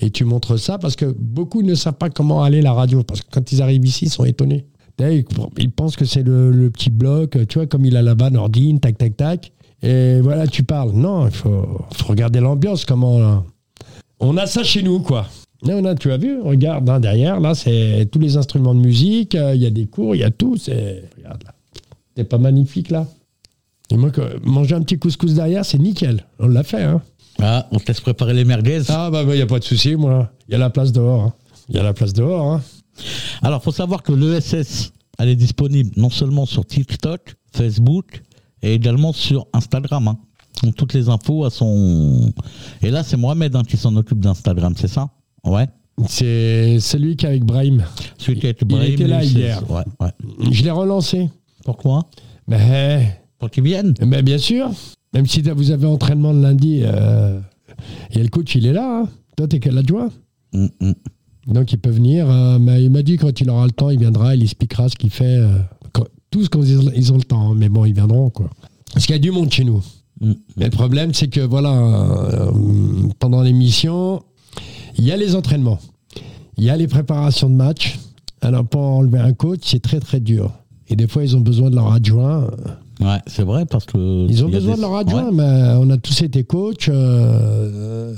B: Et tu montres ça parce que beaucoup ne savent pas comment aller la radio. Parce que quand ils arrivent ici, ils sont étonnés. Là, Ils ils pensent que c'est le, le petit bloc, tu vois, comme il a là-bas, Nordine, tac, tac, tac. Et voilà, tu parles. Non, il faut, faut regarder l'ambiance, comment. là. On a ça chez nous, quoi. Là, on a, tu as vu, regarde, hein, derrière, là, c'est tous les instruments de musique, euh, il y a des cours, il y a tout. C'est, regarde là. C'est pas magnifique, là. Et moi, que- manger un petit couscous derrière, c'est nickel. On l'a fait, hein.
C: Ah, on te laisse préparer les merguez.
B: Ah bah il n'y a pas de souci, moi. Il y a la place dehors. Il y a la place dehors. hein.
C: Alors, faut savoir que l'ESS, elle est disponible non seulement sur TikTok, Facebook, et également sur Instagram. hein. Donc, toutes les infos, elles sont... Et là, c'est Mohamed hein, qui s'en occupe d'Instagram, c'est ça Ouais.
B: C'est c'est lui qui est avec Brahim.
C: Celui qui a été
B: Il
C: Brahim,
B: était là
C: lui, c'est-
B: hier.
C: Ouais, ouais.
B: Je l'ai relancé.
C: Pourquoi
B: Mais, eh,
C: Pour qu'il vienne
B: mais bien sûr, même si t'as- vous avez entraînement le lundi, euh, et le coach, il est là. hein. Toi, t'es quel adjoint
C: Mm, mm.
B: Donc il peut venir. euh, mais il m'a dit quand il aura le temps, il viendra, il expliquera ce qu'il fait. euh, quand- tous quand ils, ont- ils ont le temps, hein, mais bon, ils viendront quoi. Parce qu'il y a du monde chez nous.
C: Mm.
B: Mais le problème, c'est que voilà, euh, pendant l'émission, il y a les entraînements, il y a les préparations de match. Alors pour enlever un coach, c'est très très dur. Et des fois, ils ont besoin de leur adjoint.
C: Ouais, c'est vrai parce que.
B: Ils ont
C: il y a
B: besoin
C: des-
B: de leur adjoint,
C: Ouais.
B: mais on a tous été coach. euh, euh,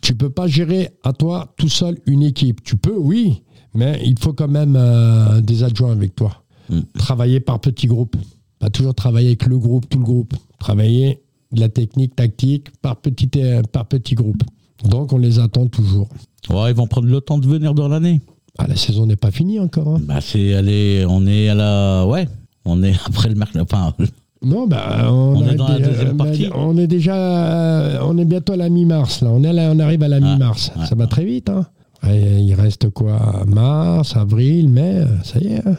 B: tu peux pas gérer à toi tout seul une équipe. Tu peux, oui, mais il faut quand même euh, des adjoints avec toi.
C: Mm.
B: Travailler par petits groupes. Pas toujours travailler avec le groupe, tout le groupe. Travailler de la technique, tactique, par petits euh, par petits groupes. Donc on les attend toujours.
C: Ouais, ils vont prendre le temps de venir dans l'année.
B: Ah, la saison n'est pas finie encore. hein.
C: Bah, c'est aller. On est à la. Ouais. On est après le mercredi. Enfin,
B: Non, bah, on,
C: On est
B: a
C: dans la
B: dé-
C: deuxième
B: euh,
C: partie.
B: bah, on est déjà, euh, on est bientôt à la mi-mars. Là, on est là, on arrive à la
C: Ah,
B: mi-mars.
C: ouais.
B: ça va très vite. hein. Et il reste quoi Mars, avril, mai, euh, ça y est. hein.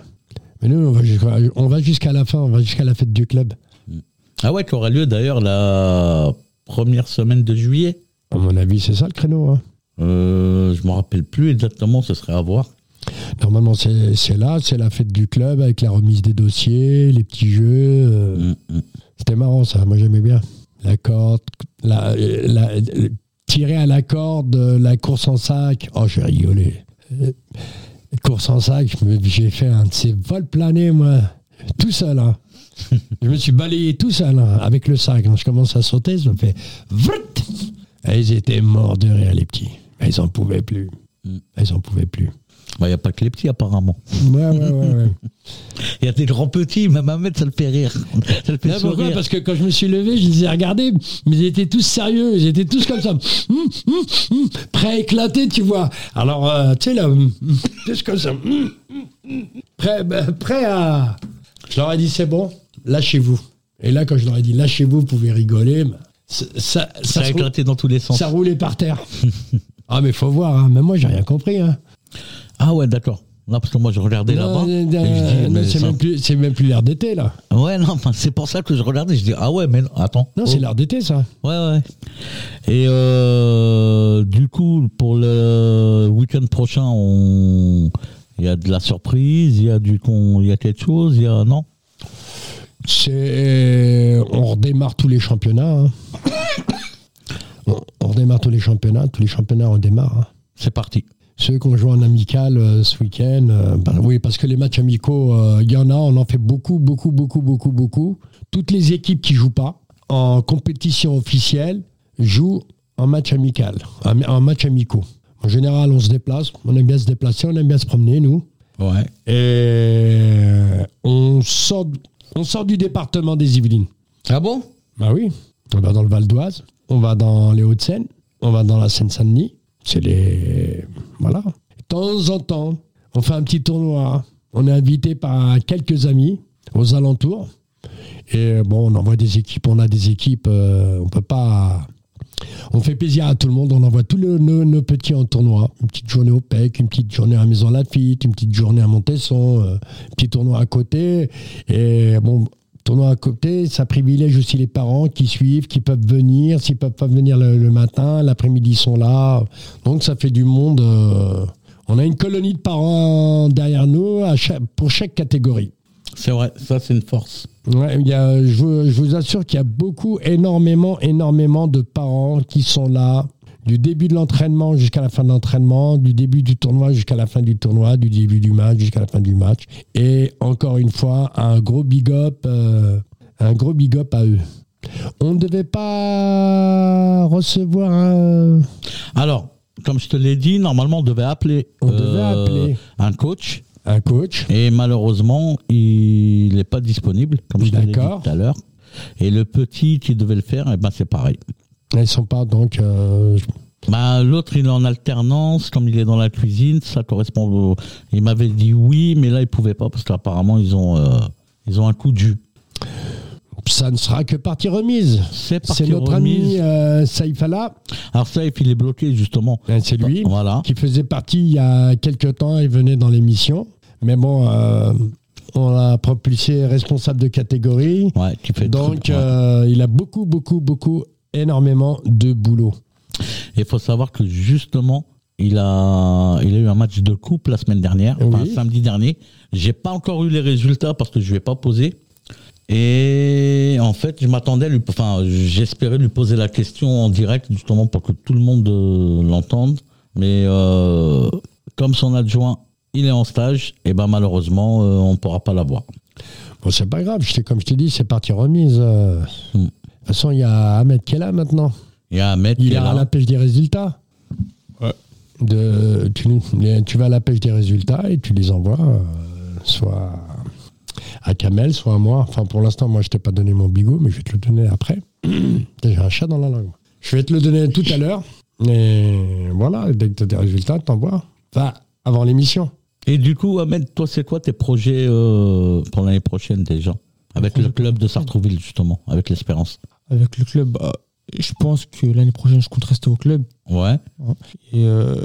B: Mais nous, on va jusqu'à, on va jusqu'à la fin, on va jusqu'à la fête du club.
C: Ah ouais, qui aura lieu d'ailleurs la première semaine de juillet.
B: À mon avis, c'est ça le créneau. hein.
C: Euh, je me rappelle plus exactement, ce serait à voir.
B: Normalement, c'est, c'est là, c'est la fête du club avec la remise des dossiers, les petits jeux. euh,
C: Mm, mm.
B: C'était marrant ça, moi j'aimais bien. La corde, la, la- euh, tirer à la corde, euh, la course en sac. Oh, j'ai rigolé. Euh, Course en sac, je me- j'ai fait un de ces vols planés, moi, tout seul. hein. je me suis balayé tout seul hein, avec le sac. Quand je commence à sauter, ça me fait vrout Et Ils étaient morts de rire, les petits. Ils en pouvaient plus.
C: Mm.
B: Ils en pouvaient plus.
C: Bah, Il n'y a pas que les petits, apparemment.
B: Ouais, ouais, ouais. ouais.
C: Il y a des grands petits, même Ahmed, ça le fait rire. Ça le fait
B: Non, pourquoi
C: sourire.
B: Parce que quand je me suis levé, je les ai regardés, mais ils étaient tous sérieux, ils étaient tous comme ça, Hum, hum, hum, prêts à éclater, tu vois. Alors, euh, tu sais, là, hum, hum, tous comme ça, hum, hum, hum, prêts ben, prêts à... Je leur ai dit, c'est bon, lâchez-vous. Et là, quand je leur ai dit, lâchez-vous, vous pouvez rigoler, ben, ça, ça, ça
C: Ça a
B: se roule-
C: éclaté dans tous les sens.
B: ça roulait par terre. ah, mais faut voir, hein, même moi, j'ai rien compris. Hein.
C: Ah ouais, d'accord. Là, parce que moi, je regardais là-bas.
B: Non,
C: et
B: non,
C: je dis,
B: non,
C: mais
B: c'est
C: ça-
B: même plus, c'est même plus l'air d'été, là.
C: Ouais, non, enfin, c'est pour ça que je regardais. Je dis, ah ouais, mais non, attends.
B: Non, c'est l'air d'été, ça.
C: Ouais, ouais. Et euh, du coup, pour le week-end prochain, on... il y a de la surprise, il y a du con, il y a quelque chose, il y a non.
B: C'est euh, on redémarre tous les championnats. hein. On, on redémarre tous les championnats, tous les championnats on démarre. hein.
C: C'est parti.
B: Ceux qu'on joue en amical euh, ce week-end, euh, ben oui, parce que les matchs amicaux, euh, il y en a, on en fait beaucoup, beaucoup, beaucoup, beaucoup, beaucoup. Toutes les équipes qui jouent pas en compétition officielle jouent en match amical, en, en match amicaux. En général, on se déplace, on aime bien se déplacer, on aime bien se promener, nous.
C: Ouais.
B: Et Euh, on sort, on sort du département des Yvelines.
C: Ah bon
B: Bah oui. On va dans le Val d'Oise, on va dans les Hauts-de-Seine, on va dans la Seine-Saint-Denis. C'est les. Voilà. De temps en temps, on fait un petit tournoi. On est invité par quelques amis aux alentours. Et bon, on envoie des équipes, on a des équipes, euh, on peut pas. On fait plaisir à tout le monde, on envoie tous le- nos, nos petits en tournoi. Une petite journée au PEC, une petite journée à Maison Lafitte, une petite journée à Montesson, euh, petit tournoi à côté. Et bon, tournoi à côté, ça privilège aussi les parents qui suivent, qui peuvent venir. S'ils peuvent pas venir le, le matin, l'après-midi, ils sont là. Donc ça fait du monde. euh, on a une colonie de parents derrière nous à chaque- pour chaque catégorie.
C: C'est vrai, ça c'est une force.
B: Ouais, il y a- je, vous- je vous assure qu'il y a beaucoup, énormément, énormément de parents qui sont là, du début de l'entraînement jusqu'à la fin de l'entraînement, du début du tournoi jusqu'à la fin du tournoi, du début du match jusqu'à la fin du match. Et encore une fois, un gros big up, euh, un gros big up à eux. On ne devait pas recevoir un...
C: Alors, comme je te l'ai dit, normalement on devait appeler, euh,
B: On devait appeler.
C: un coach
B: un coach.
C: et malheureusement il n'est pas disponible, comme je te l'ai dit
B: D'accord.
C: tout à l'heure. Et le petit qui devait le faire, eh ben c'est pareil.
B: Ils sont pas donc... euh,
C: Bah, l'autre, il est en alternance, comme il est dans la cuisine, ça correspond au... Il m'avait dit oui, mais là, il pouvait pas, parce qu'apparemment, ils ont, euh, ils ont un coup de jus.
B: ça ne sera que partie remise.
C: C'est
B: C'est
C: parti
B: notre
C: remise.
B: ami euh, Saïfala,
C: Alors ça, et puis il est bloqué, justement.
B: c'est lui.
C: Voilà.
B: qui faisait partie il y a quelques temps, il venait dans l'émission. Mais bon, euh, on l'a propulsé responsable de catégorie.
C: Ouais, qui fait
B: Donc,
C: truc, ouais.
B: euh, il a beaucoup, beaucoup, beaucoup, énormément de boulot.
C: Et il faut savoir que, justement, Il a, il a eu un match de coupe la semaine dernière, enfin,
B: Oui.
C: samedi dernier. J'ai pas encore eu les résultats parce que je lui ai pas posé. Et en fait, je m'attendais, à lui, enfin, j'espérais lui poser la question en direct justement pour que tout le monde euh, l'entende. Mais euh, comme son adjoint, il est en stage, et ben malheureusement, euh, on pourra pas l'avoir.
B: Bon, c'est pas grave, je t'ai- comme je t'ai dit, c'est partie remise. euh.
C: Hmm.
B: De toute façon, il y a Ahmed qui est là maintenant.
C: Il y a Ahmed
B: Il
C: qui
B: est
C: est
B: à
C: là.
B: la pêche des résultats.
D: Ouais.
B: De, tu, les- tu vas à la pêche des résultats et tu les envoies euh, soit à Kamel, soit à moi. Enfin, pour l'instant, moi, je t'ai pas donné mon bigot, mais je vais te le donner après. J'ai un chat dans la langue. Je vais te le donner tout à l'heure. Et voilà, dès que tu as des résultats, t'envoies. Enfin, avant l'émission.
C: Et du coup, Ahmed, toi, c'est quoi tes projets euh, pour l'année prochaine déjà Avec le club de Sartrouville, justement, avec l'Espérance.
D: Avec le club, bah, je pense que l'année prochaine, je compte rester au club.
C: Ouais,
D: Et euh,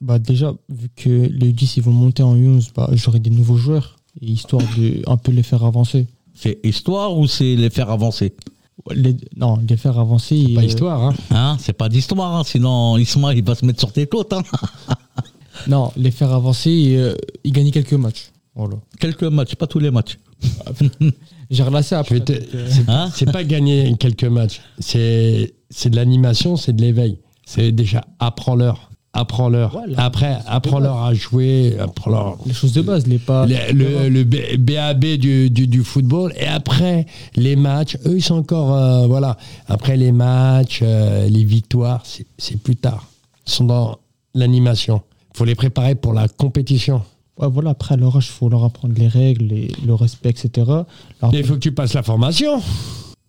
D: bah déjà, vu que les 10 ils vont monter en U11, bah, j'aurai des nouveaux joueurs, et histoire de un peu les faire avancer.
C: c'est histoire ou c'est les faire avancer
D: Les- non, les faire avancer. et,
B: Pas
D: euh,
B: histoire, hein.
C: Hein C'est pas d'histoire, hein, sinon Isma, il va se mettre sur tes côtes. Hein
D: non, les faire avancer et euh, y gagner quelques matchs. Voilà.
C: Quelques matchs, pas tous les matchs.
D: J'ai relâché après.
B: vais te-
D: donc, euh,
C: Hein
B: C'est pas gagner quelques matchs. C'est c'est de l'animation, c'est de l'éveil. C'est déjà apprends-leur, apprends-leur. Après, apprends-leur à jouer, apprends-leur.
D: les choses de base, les pas.
B: Le, le- le B- BAB du, du- du football. Et après, les matchs, eux, ils sont encore. euh, voilà. Après les matchs, euh, les victoires, c'est- c'est plus tard. Ils sont dans l'animation. faut les préparer pour la compétition.
D: Ouais, voilà, après, à leur âge, faut leur apprendre les règles, les- le respect, etc. Leur
B: Mais il faut que tu passes la formation.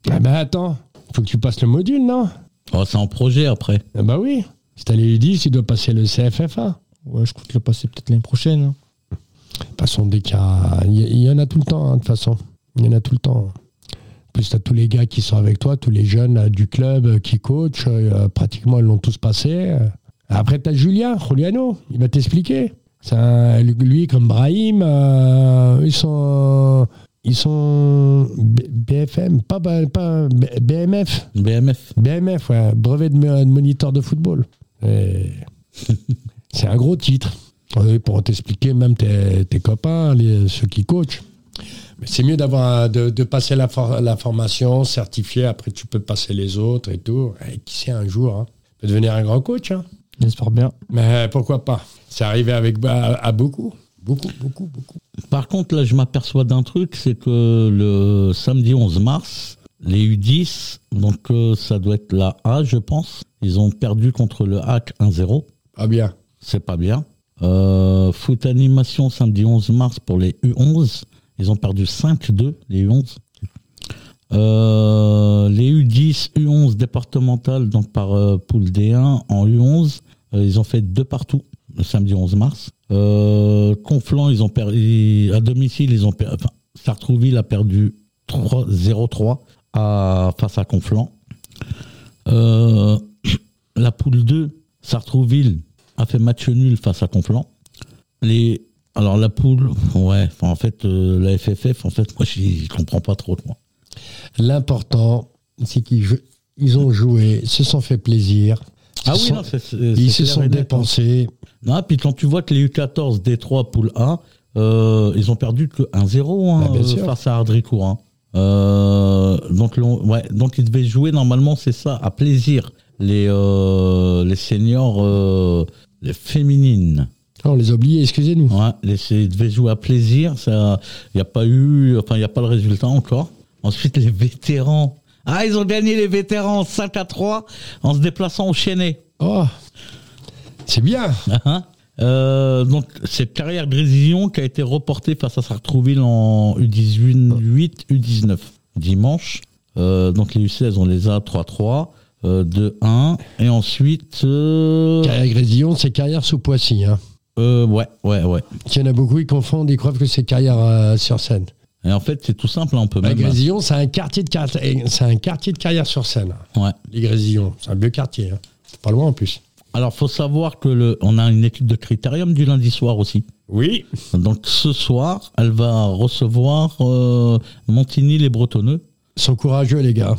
B: Ah ben attends, faut que tu passes le module, non
C: Oh, c'est en projet après.
B: Ah bah oui. Si t'as les U10, tu dois passer le CFFA.
D: Ouais, je compte le passer peut-être l'année prochaine. hein.
B: De toute façon, dès qu'il y a- il y, il y en a tout le temps, hein, de toute façon. Il y en a tout le temps. En plus, t'as tous les gars qui sont avec toi, tous les jeunes là, du club euh, qui coachent. euh, pratiquement, ils l'ont tous passé. euh. Après, t'as Julien, Juliano. Il va t'expliquer. C'est un- lui, comme Brahim, euh, ils sont... Ils sont B- BFM, pas, pas- pas B- BMF.
C: BMF.
B: BMF, ouais, brevet de, mo- de moniteur de football. Et- C'est un gros titre. Oui, pour t'expliquer, même tes, tes copains, les- ceux qui coachent. Mais c'est mieux d'avoir un- de, de passer la, for- la formation, certifié, après tu peux passer les autres et tout. Et qui sait un jour, hein, tu peux devenir un grand coach. hein.
D: J'espère bien.
B: Mais pourquoi pas C'est arrivé avec, à, à beaucoup. Beaucoup, beaucoup, beaucoup.
C: Par contre, là, je m'aperçois d'un truc, c'est que le samedi 11 mars, les U10, donc euh, ça doit être la A, je pense, ils ont perdu contre le HAC 1-0.
B: Ah bien.
C: c'est pas bien. Euh, foot animation samedi 11 mars pour les U11. Ils ont perdu 5-2, les U11. Euh, les U10, U11 départementales, donc par euh, poule D1 en U11, euh, ils ont fait deux partout le samedi 11 mars. Euh, Conflans, ils ont perdu à domicile, ils ont perdu. Enfin, Sartrouville a perdu 3 0-3 à, face à Conflans. Euh, la poule 2, Sartrouville a fait match nul face à Conflans. Les alors la poule, ouais, enfin, en fait euh, la FFF, en fait moi je je comprends pas trop moi.
B: L'important, c'est qu'ils jou- ils ont joué, se sont fait plaisir. se sont-
C: Ah c'est- c'est-
B: ils
C: c'est
B: se
C: clair
B: sont
C: et net, hein.
B: dépensés.
C: Non, puis quand tu vois que les U14 D3 poule 1, euh, ils ont perdu que 1-0 hein,
B: Bah, bien
C: euh,
B: sûr.
C: face à Ardricourt. hein. Euh, donc, l'on- ouais, donc ils devaient jouer normalement, c'est ça, à plaisir. Les, euh, les seniors euh, les féminines.
B: Oh, on les a oubliés, excusez-nous.
C: Ouais, les, c'est- ils devaient jouer à plaisir. Ça, il n'y a pas eu, enfin, il n'y a pas le résultat encore. Ensuite, les vétérans. Ah, ils ont gagné les vétérans 5 à 3 en se déplaçant au Chénet.
B: Oh, c'est bien.
C: Hein Euh, donc, c'est carrière Grésillon qui a été reportée face à Sartrouville en U18, U19 dimanche. Euh, donc, les U16, on les a 3-3, euh, 2-1. Et ensuite, euh,
B: Carrière Grésillon, c'est carrière sous Poissy. Hein.
C: euh, ouais, ouais, ouais.
B: Il y en a beaucoup, ils confondent, ils croient que c'est carrière euh, sur scène.
C: Et en fait, c'est tout simple, hein, on peut
B: La
C: même.
B: Grésillon, c'est un, quartier de car- eh, c'est un quartier de carrière sur scène.
C: Ouais.
B: Les Grésillons, c'est un vieux quartier. hein. C'est pas loin en plus.
C: Alors, faut savoir que le, on a une équipe de critérium du lundi soir aussi.
B: Oui.
C: Donc, ce soir, elle va recevoir euh, Montigny les Bretonneux.
B: Ils sont courageux, les gars.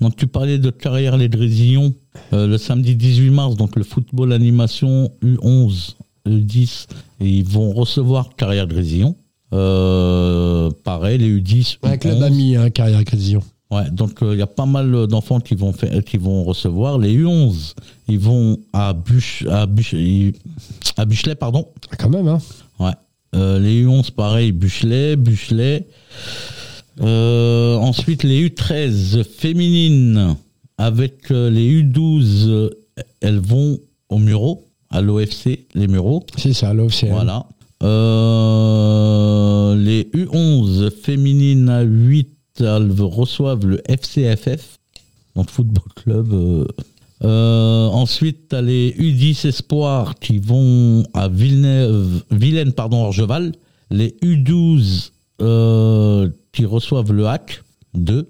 C: Donc, tu parlais de carrière les Grésillons. Euh, le samedi 18 mars, donc le football animation U11, U10, et ils vont recevoir Carrière Grésillon. Euh, pareil, les U10.
B: Un club
C: U11.
B: ami, hein, Carrière Crédillon.
C: Ouais, donc euh, il y a pas mal d'enfants qui vont faire, qui vont recevoir les U11. Ils vont à Buche, à Buche, ils- à Buchelet, pardon.
B: Ah, Quand même, hein.
C: Ouais. Euh, les U11, pareil, Buchelet, Buchelet. Euh, ensuite, les U13 féminines avec euh, les U12, euh, elles vont au Murau, à l'OFC, les Mureaux.
B: C'est ça, l'OFCM.
C: Voilà. Euh, les U11 féminines à 8, elles reçoivent le FCFF, donc Football Club. euh. Euh, ensuite, t'as les U10 Espoirs qui vont à Villeneuve, Vilaine, pardon, Orgeval. Les U12 euh, qui reçoivent le HAC 2.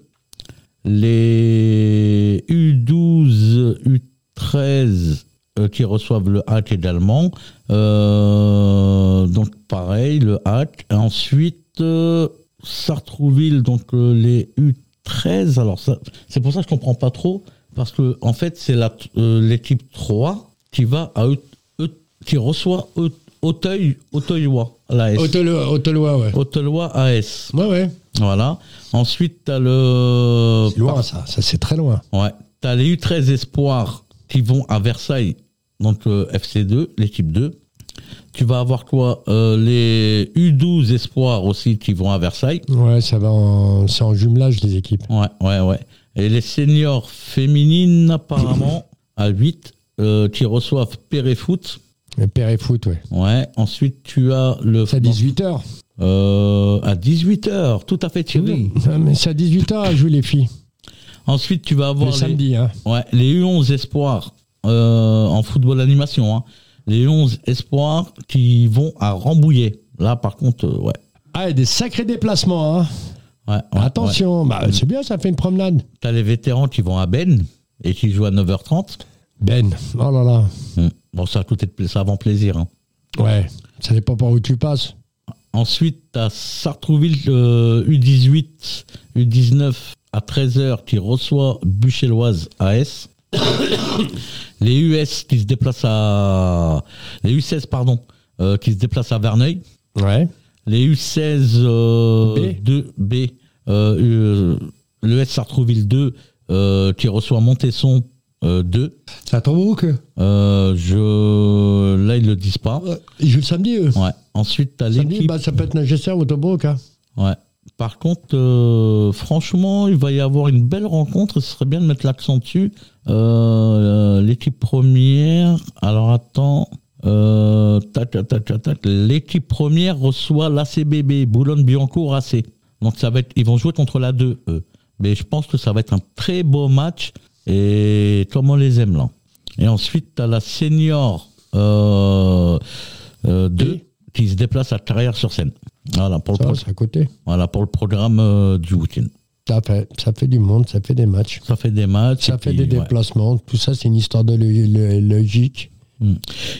C: Les U12, U13 euh, qui reçoivent le hack également. Euh, donc pareil, le hack. Ensuite, euh, Sartrouville, donc euh, les U13. Alors ça, c'est pour ça que je comprends pas trop, parce que en fait, c'est la euh, l'équipe 3 qui va à Aut- Aut- qui reçoit Aut- Auteuil, Auteuillois, l'AS.
B: Autelois, Autelois, ouais.
C: Auteuillois AS.
B: Ouais, ouais.
C: Voilà. Ensuite, t'as le.
B: C'est loin, ça. Ça, c'est très loin.
C: Ouais. T'as les U13 Espoirs qui vont à Versailles, donc euh, FC2, l'équipe 2. Tu vas avoir quoi Euh, Les U12 Espoirs aussi qui vont à Versailles.
B: Ouais, ça va en... C'est en jumelage, les équipes.
C: Ouais, ouais, ouais. Et les seniors féminines, apparemment, à 8, euh, qui reçoivent Péréfoot.
B: Le père et foot, ouais.
C: Ouais. Ensuite, tu as le.
B: C'est à 18h.
C: Euh, à 18h, tout à fait, Thierry.
B: mais c'est à 18h à jouer les filles.
C: Ensuite, tu vas
B: Le
C: avoir. les-
B: samedi, hein.
C: Ouais, les U11 Espoirs euh, en football animation. Hein. Les U11 Espoirs qui vont à Rambouillet. Là, par contre, euh, ouais.
B: Ah, et des sacrés déplacements, hein.
C: ouais, Mm. ouais, ouais.
B: Attention, bah, c'est bien, ça fait une promenade.
C: T'as les vétérans qui vont à Ben et qui jouent à 9h30.
B: Ben, oh là là.
C: Hum, Bon, ça, tout est de pla- ça avant plaisir. Hein.
B: Ouais, ça dépend par où tu passes.
C: Ensuite, t'as Sartrouville euh, U18, U19 à 13h qui reçoit Buchelloise AS. les US qui se déplacent à. Les U16, pardon, euh, qui se déplacent à Verneuil.
B: Ouais.
C: Les U16 euh,
B: B.
C: 2B, euh, le S Sartrouville 2 euh, qui reçoit Montesson euh, 2.
B: Ça tombe où que
C: Euh, je... Là, ils le disent pas.
B: Euh, Ils jouent le samedi, eux.
C: Ouais. Ensuite, t'as
B: Samedi,
C: l'équipe.
B: bah, ça peut être Nagesser ou Tobruk. Hein.
C: Ouais. Par contre, euh, franchement, il va y avoir une belle rencontre. Ce serait bien de mettre l'accent dessus. Euh, euh, l'équipe première. Alors attends. Euh, tac, tac, tac, tac, tac. L'équipe première reçoit l'ACBB, Boulogne-Billancourt AC. Donc ça va être, ils vont jouer contre la 2, eux. Mais je pense que ça va être un très beau match. Et comme on les aime là. Et ensuite, t'as la senior euh, 2 qui se déplace à carrière sur scène. Voilà pour le
B: Ça,
C: prochain.
B: c'est à côté.
C: Voilà pour le programme euh, du week-end.
B: Ça fait, ça fait du monde, ça fait des matchs.
C: Ça fait des matchs.
B: Ça
C: et
B: fait
C: puis,
B: des
C: ouais.
B: déplacements. Tout ça, c'est une histoire de lo- lo- logique.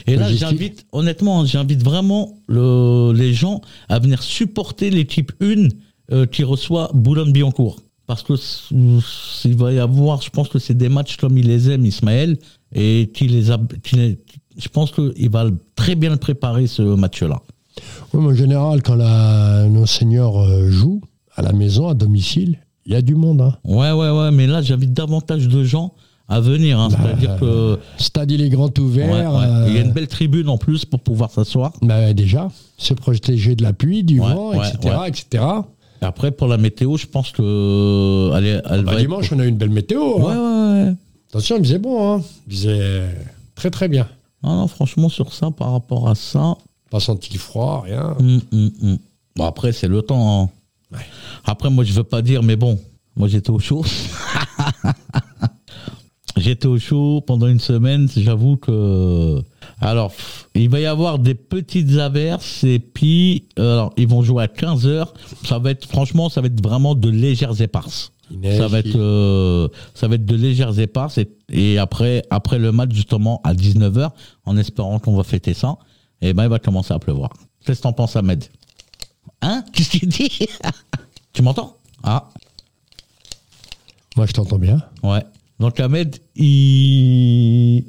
C: Et là,
B: Logistique.
C: j'invite, honnêtement, j'invite vraiment le- les gens à venir supporter l'équipe 1 euh, qui reçoit Boulogne-Billancourt. Parce que s- il va y avoir, je pense que c'est des matchs comme il les aime, Ismaël, et qui les a, qui les- je pense qu'il va très bien le préparer ce match-là.
B: Oui, mais en général, quand la, nos seniors euh, jouent, à la maison, à domicile, il y a du monde. Hein.
C: Ouais, ouais, ouais, mais là, j'invite davantage de gens à venir.
B: Bah,
C: hein. C'est-à-dire que
B: Stade, il est grand ouvert.
C: ouais, ouais.
B: euh,
C: il y a une belle tribune en plus pour pouvoir s'asseoir.
B: bah, déjà, se protéger de la pluie, du
C: Ouais,
B: vent,
C: ouais,
B: etc.
C: ouais.
B: etc.
C: Après, pour la météo, je pense que euh, elle, est- elle
B: Bah,
C: va. être-
B: dimanche, on a eu une belle météo.
C: Ouais, ouais,
B: hein.
C: ouais.
B: Attention, il faisait bon. Hein. Il faisait très très bien.
C: Non, non, franchement, sur ça, par rapport à ça.
B: Pas senti le froid, rien.
C: hum, hum, hum. Bon, après, c'est le temps. hein.
B: Ouais.
C: Après, moi, je veux pas dire, mais bon, moi, j'étais au chaud. j'étais au chaud pendant une semaine. J'avoue que. Alors, pff, il va y avoir des petites averses et puis, euh, alors, ils vont jouer à 15 heures. Ça va être, franchement, ça va être vraiment de légères éparses.
B: Il neige,
C: ça va être
B: il-
C: euh, ça va être de légères éparses et, et après après le match justement à 19h en espérant qu'on va fêter ça et ben il va commencer à pleuvoir. Qu'est-ce que t'en penses Ahmed Hein Qu'est-ce qu'il dit Tu m'entends Ah
B: Moi, je t'entends bien.
C: ouais. Donc Ahmed, il...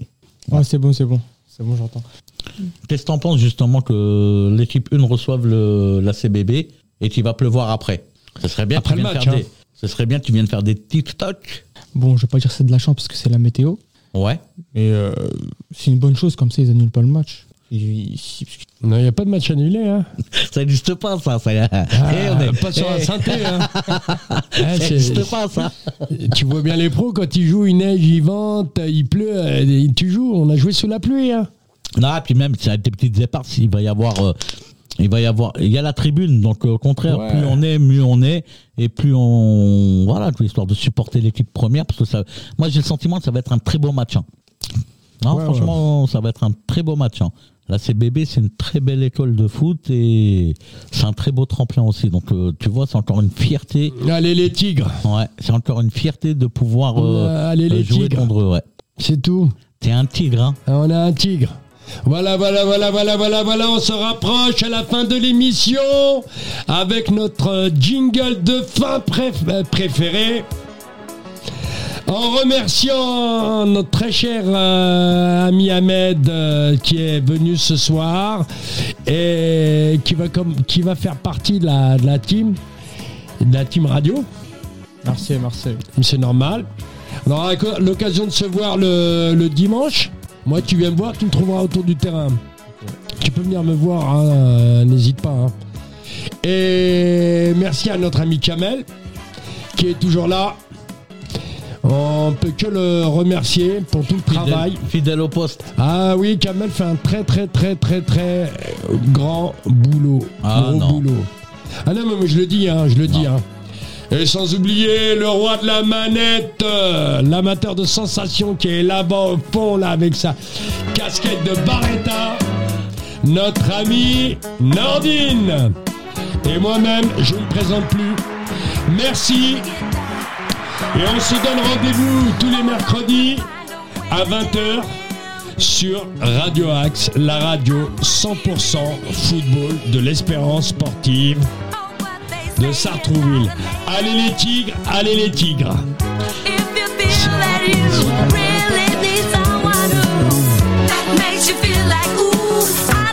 D: Ah, c'est bon, c'est bon. C'est bon, j'entends.
C: qu'est-ce que t'en penses justement que l'équipe 1 reçoive le- la CBB et qu'il va pleuvoir après Ce serait bien que
F: Après
C: tu
F: le
C: viennes
F: match,
C: faire
F: hein.
C: des... Ce serait bien que tu viennes faire des TikTok.
D: Bon, je vais pas dire c'est de la chance parce que c'est la météo.
C: Ouais.
D: Mais euh, c'est une bonne chose, comme ça, ils annulent pas le match. Ils-
B: Non, il n'y a pas de match annulé. Hein.
C: Ça n'existe pas, ça. ça... Eh, on
B: Ah,
C: est-
B: Pas sur la
C: eh,
B: synthé. Hein. Ah,
C: ça
B: c'est-
C: n'existe pas, ça.
B: tu vois bien les pros, quand ils jouent, il neige, il vente, il pleut, euh, tu joues. On a joué sous la pluie. Hein.
C: Non, et puis même, ça a des petites éparses. Il va y avoir. euh, il va y avoir, il y a la tribune, donc euh, au contraire,
B: Ouais.
C: plus on est, mieux on est, et plus on, voilà, tout histoire de supporter l'équipe première, parce que ça, moi j'ai le sentiment que ça va être un très beau match. hein. Non,
B: Ouais,
C: franchement, ça va être un très beau match. hein. La CBB, c'est une très belle école de foot et c'est un très beau tremplin aussi. Donc, euh, tu vois, c'est encore une fierté.
B: Allez les tigres.
C: Ouais, c'est encore une fierté de pouvoir euh,
B: Allez les
C: jouer
B: tigres.
C: contre eux. Ouais.
B: C'est tout.
C: T'es un tigre, hein.
B: Ah, On a un tigre. Voilà, voilà, voilà, voilà, voilà, voilà, on se rapproche à la fin de l'émission avec notre euh, jingle de fin préf- euh, préféré. En remerciant notre très cher euh, ami Ahmed euh, qui est venu ce soir et qui va, comme, qui va faire partie de la, de la team, de la team radio
D: Merci, merci.
B: c'est normal. On aura l'oc- l'occasion de se voir le, le dimanche. Moi, tu viens me voir, tu me trouveras autour du terrain. Tu peux venir me voir, hein, euh, n'hésite pas. hein. Et merci à notre ami Kamel, qui est toujours là. On peut que le remercier pour tout le travail.
C: Fidèle- Fidèle au poste.
B: Ah oui, Kamel fait un très très très très très grand boulot.
C: Ah,
B: Gros
C: non.
B: boulot. Ah non, mais je le dis, hein, je le dis. hein. Et sans oublier le roi de la manette, euh, l'amateur de sensation qui est là-bas au fond, là, avec sa casquette de Barretta, notre ami Nordine. Et moi-même, je ne présente plus. Merci. Et on se donne rendez-vous tous les mercredis à 20h sur Radio Axe, la radio 100% football de l'espérance sportive de
G: de
B: Sartrouville.
G: Sartrouville.
B: Allez les tigres, allez les tigres.
G: If you feel that you really need someone who makes you feel like ooh, I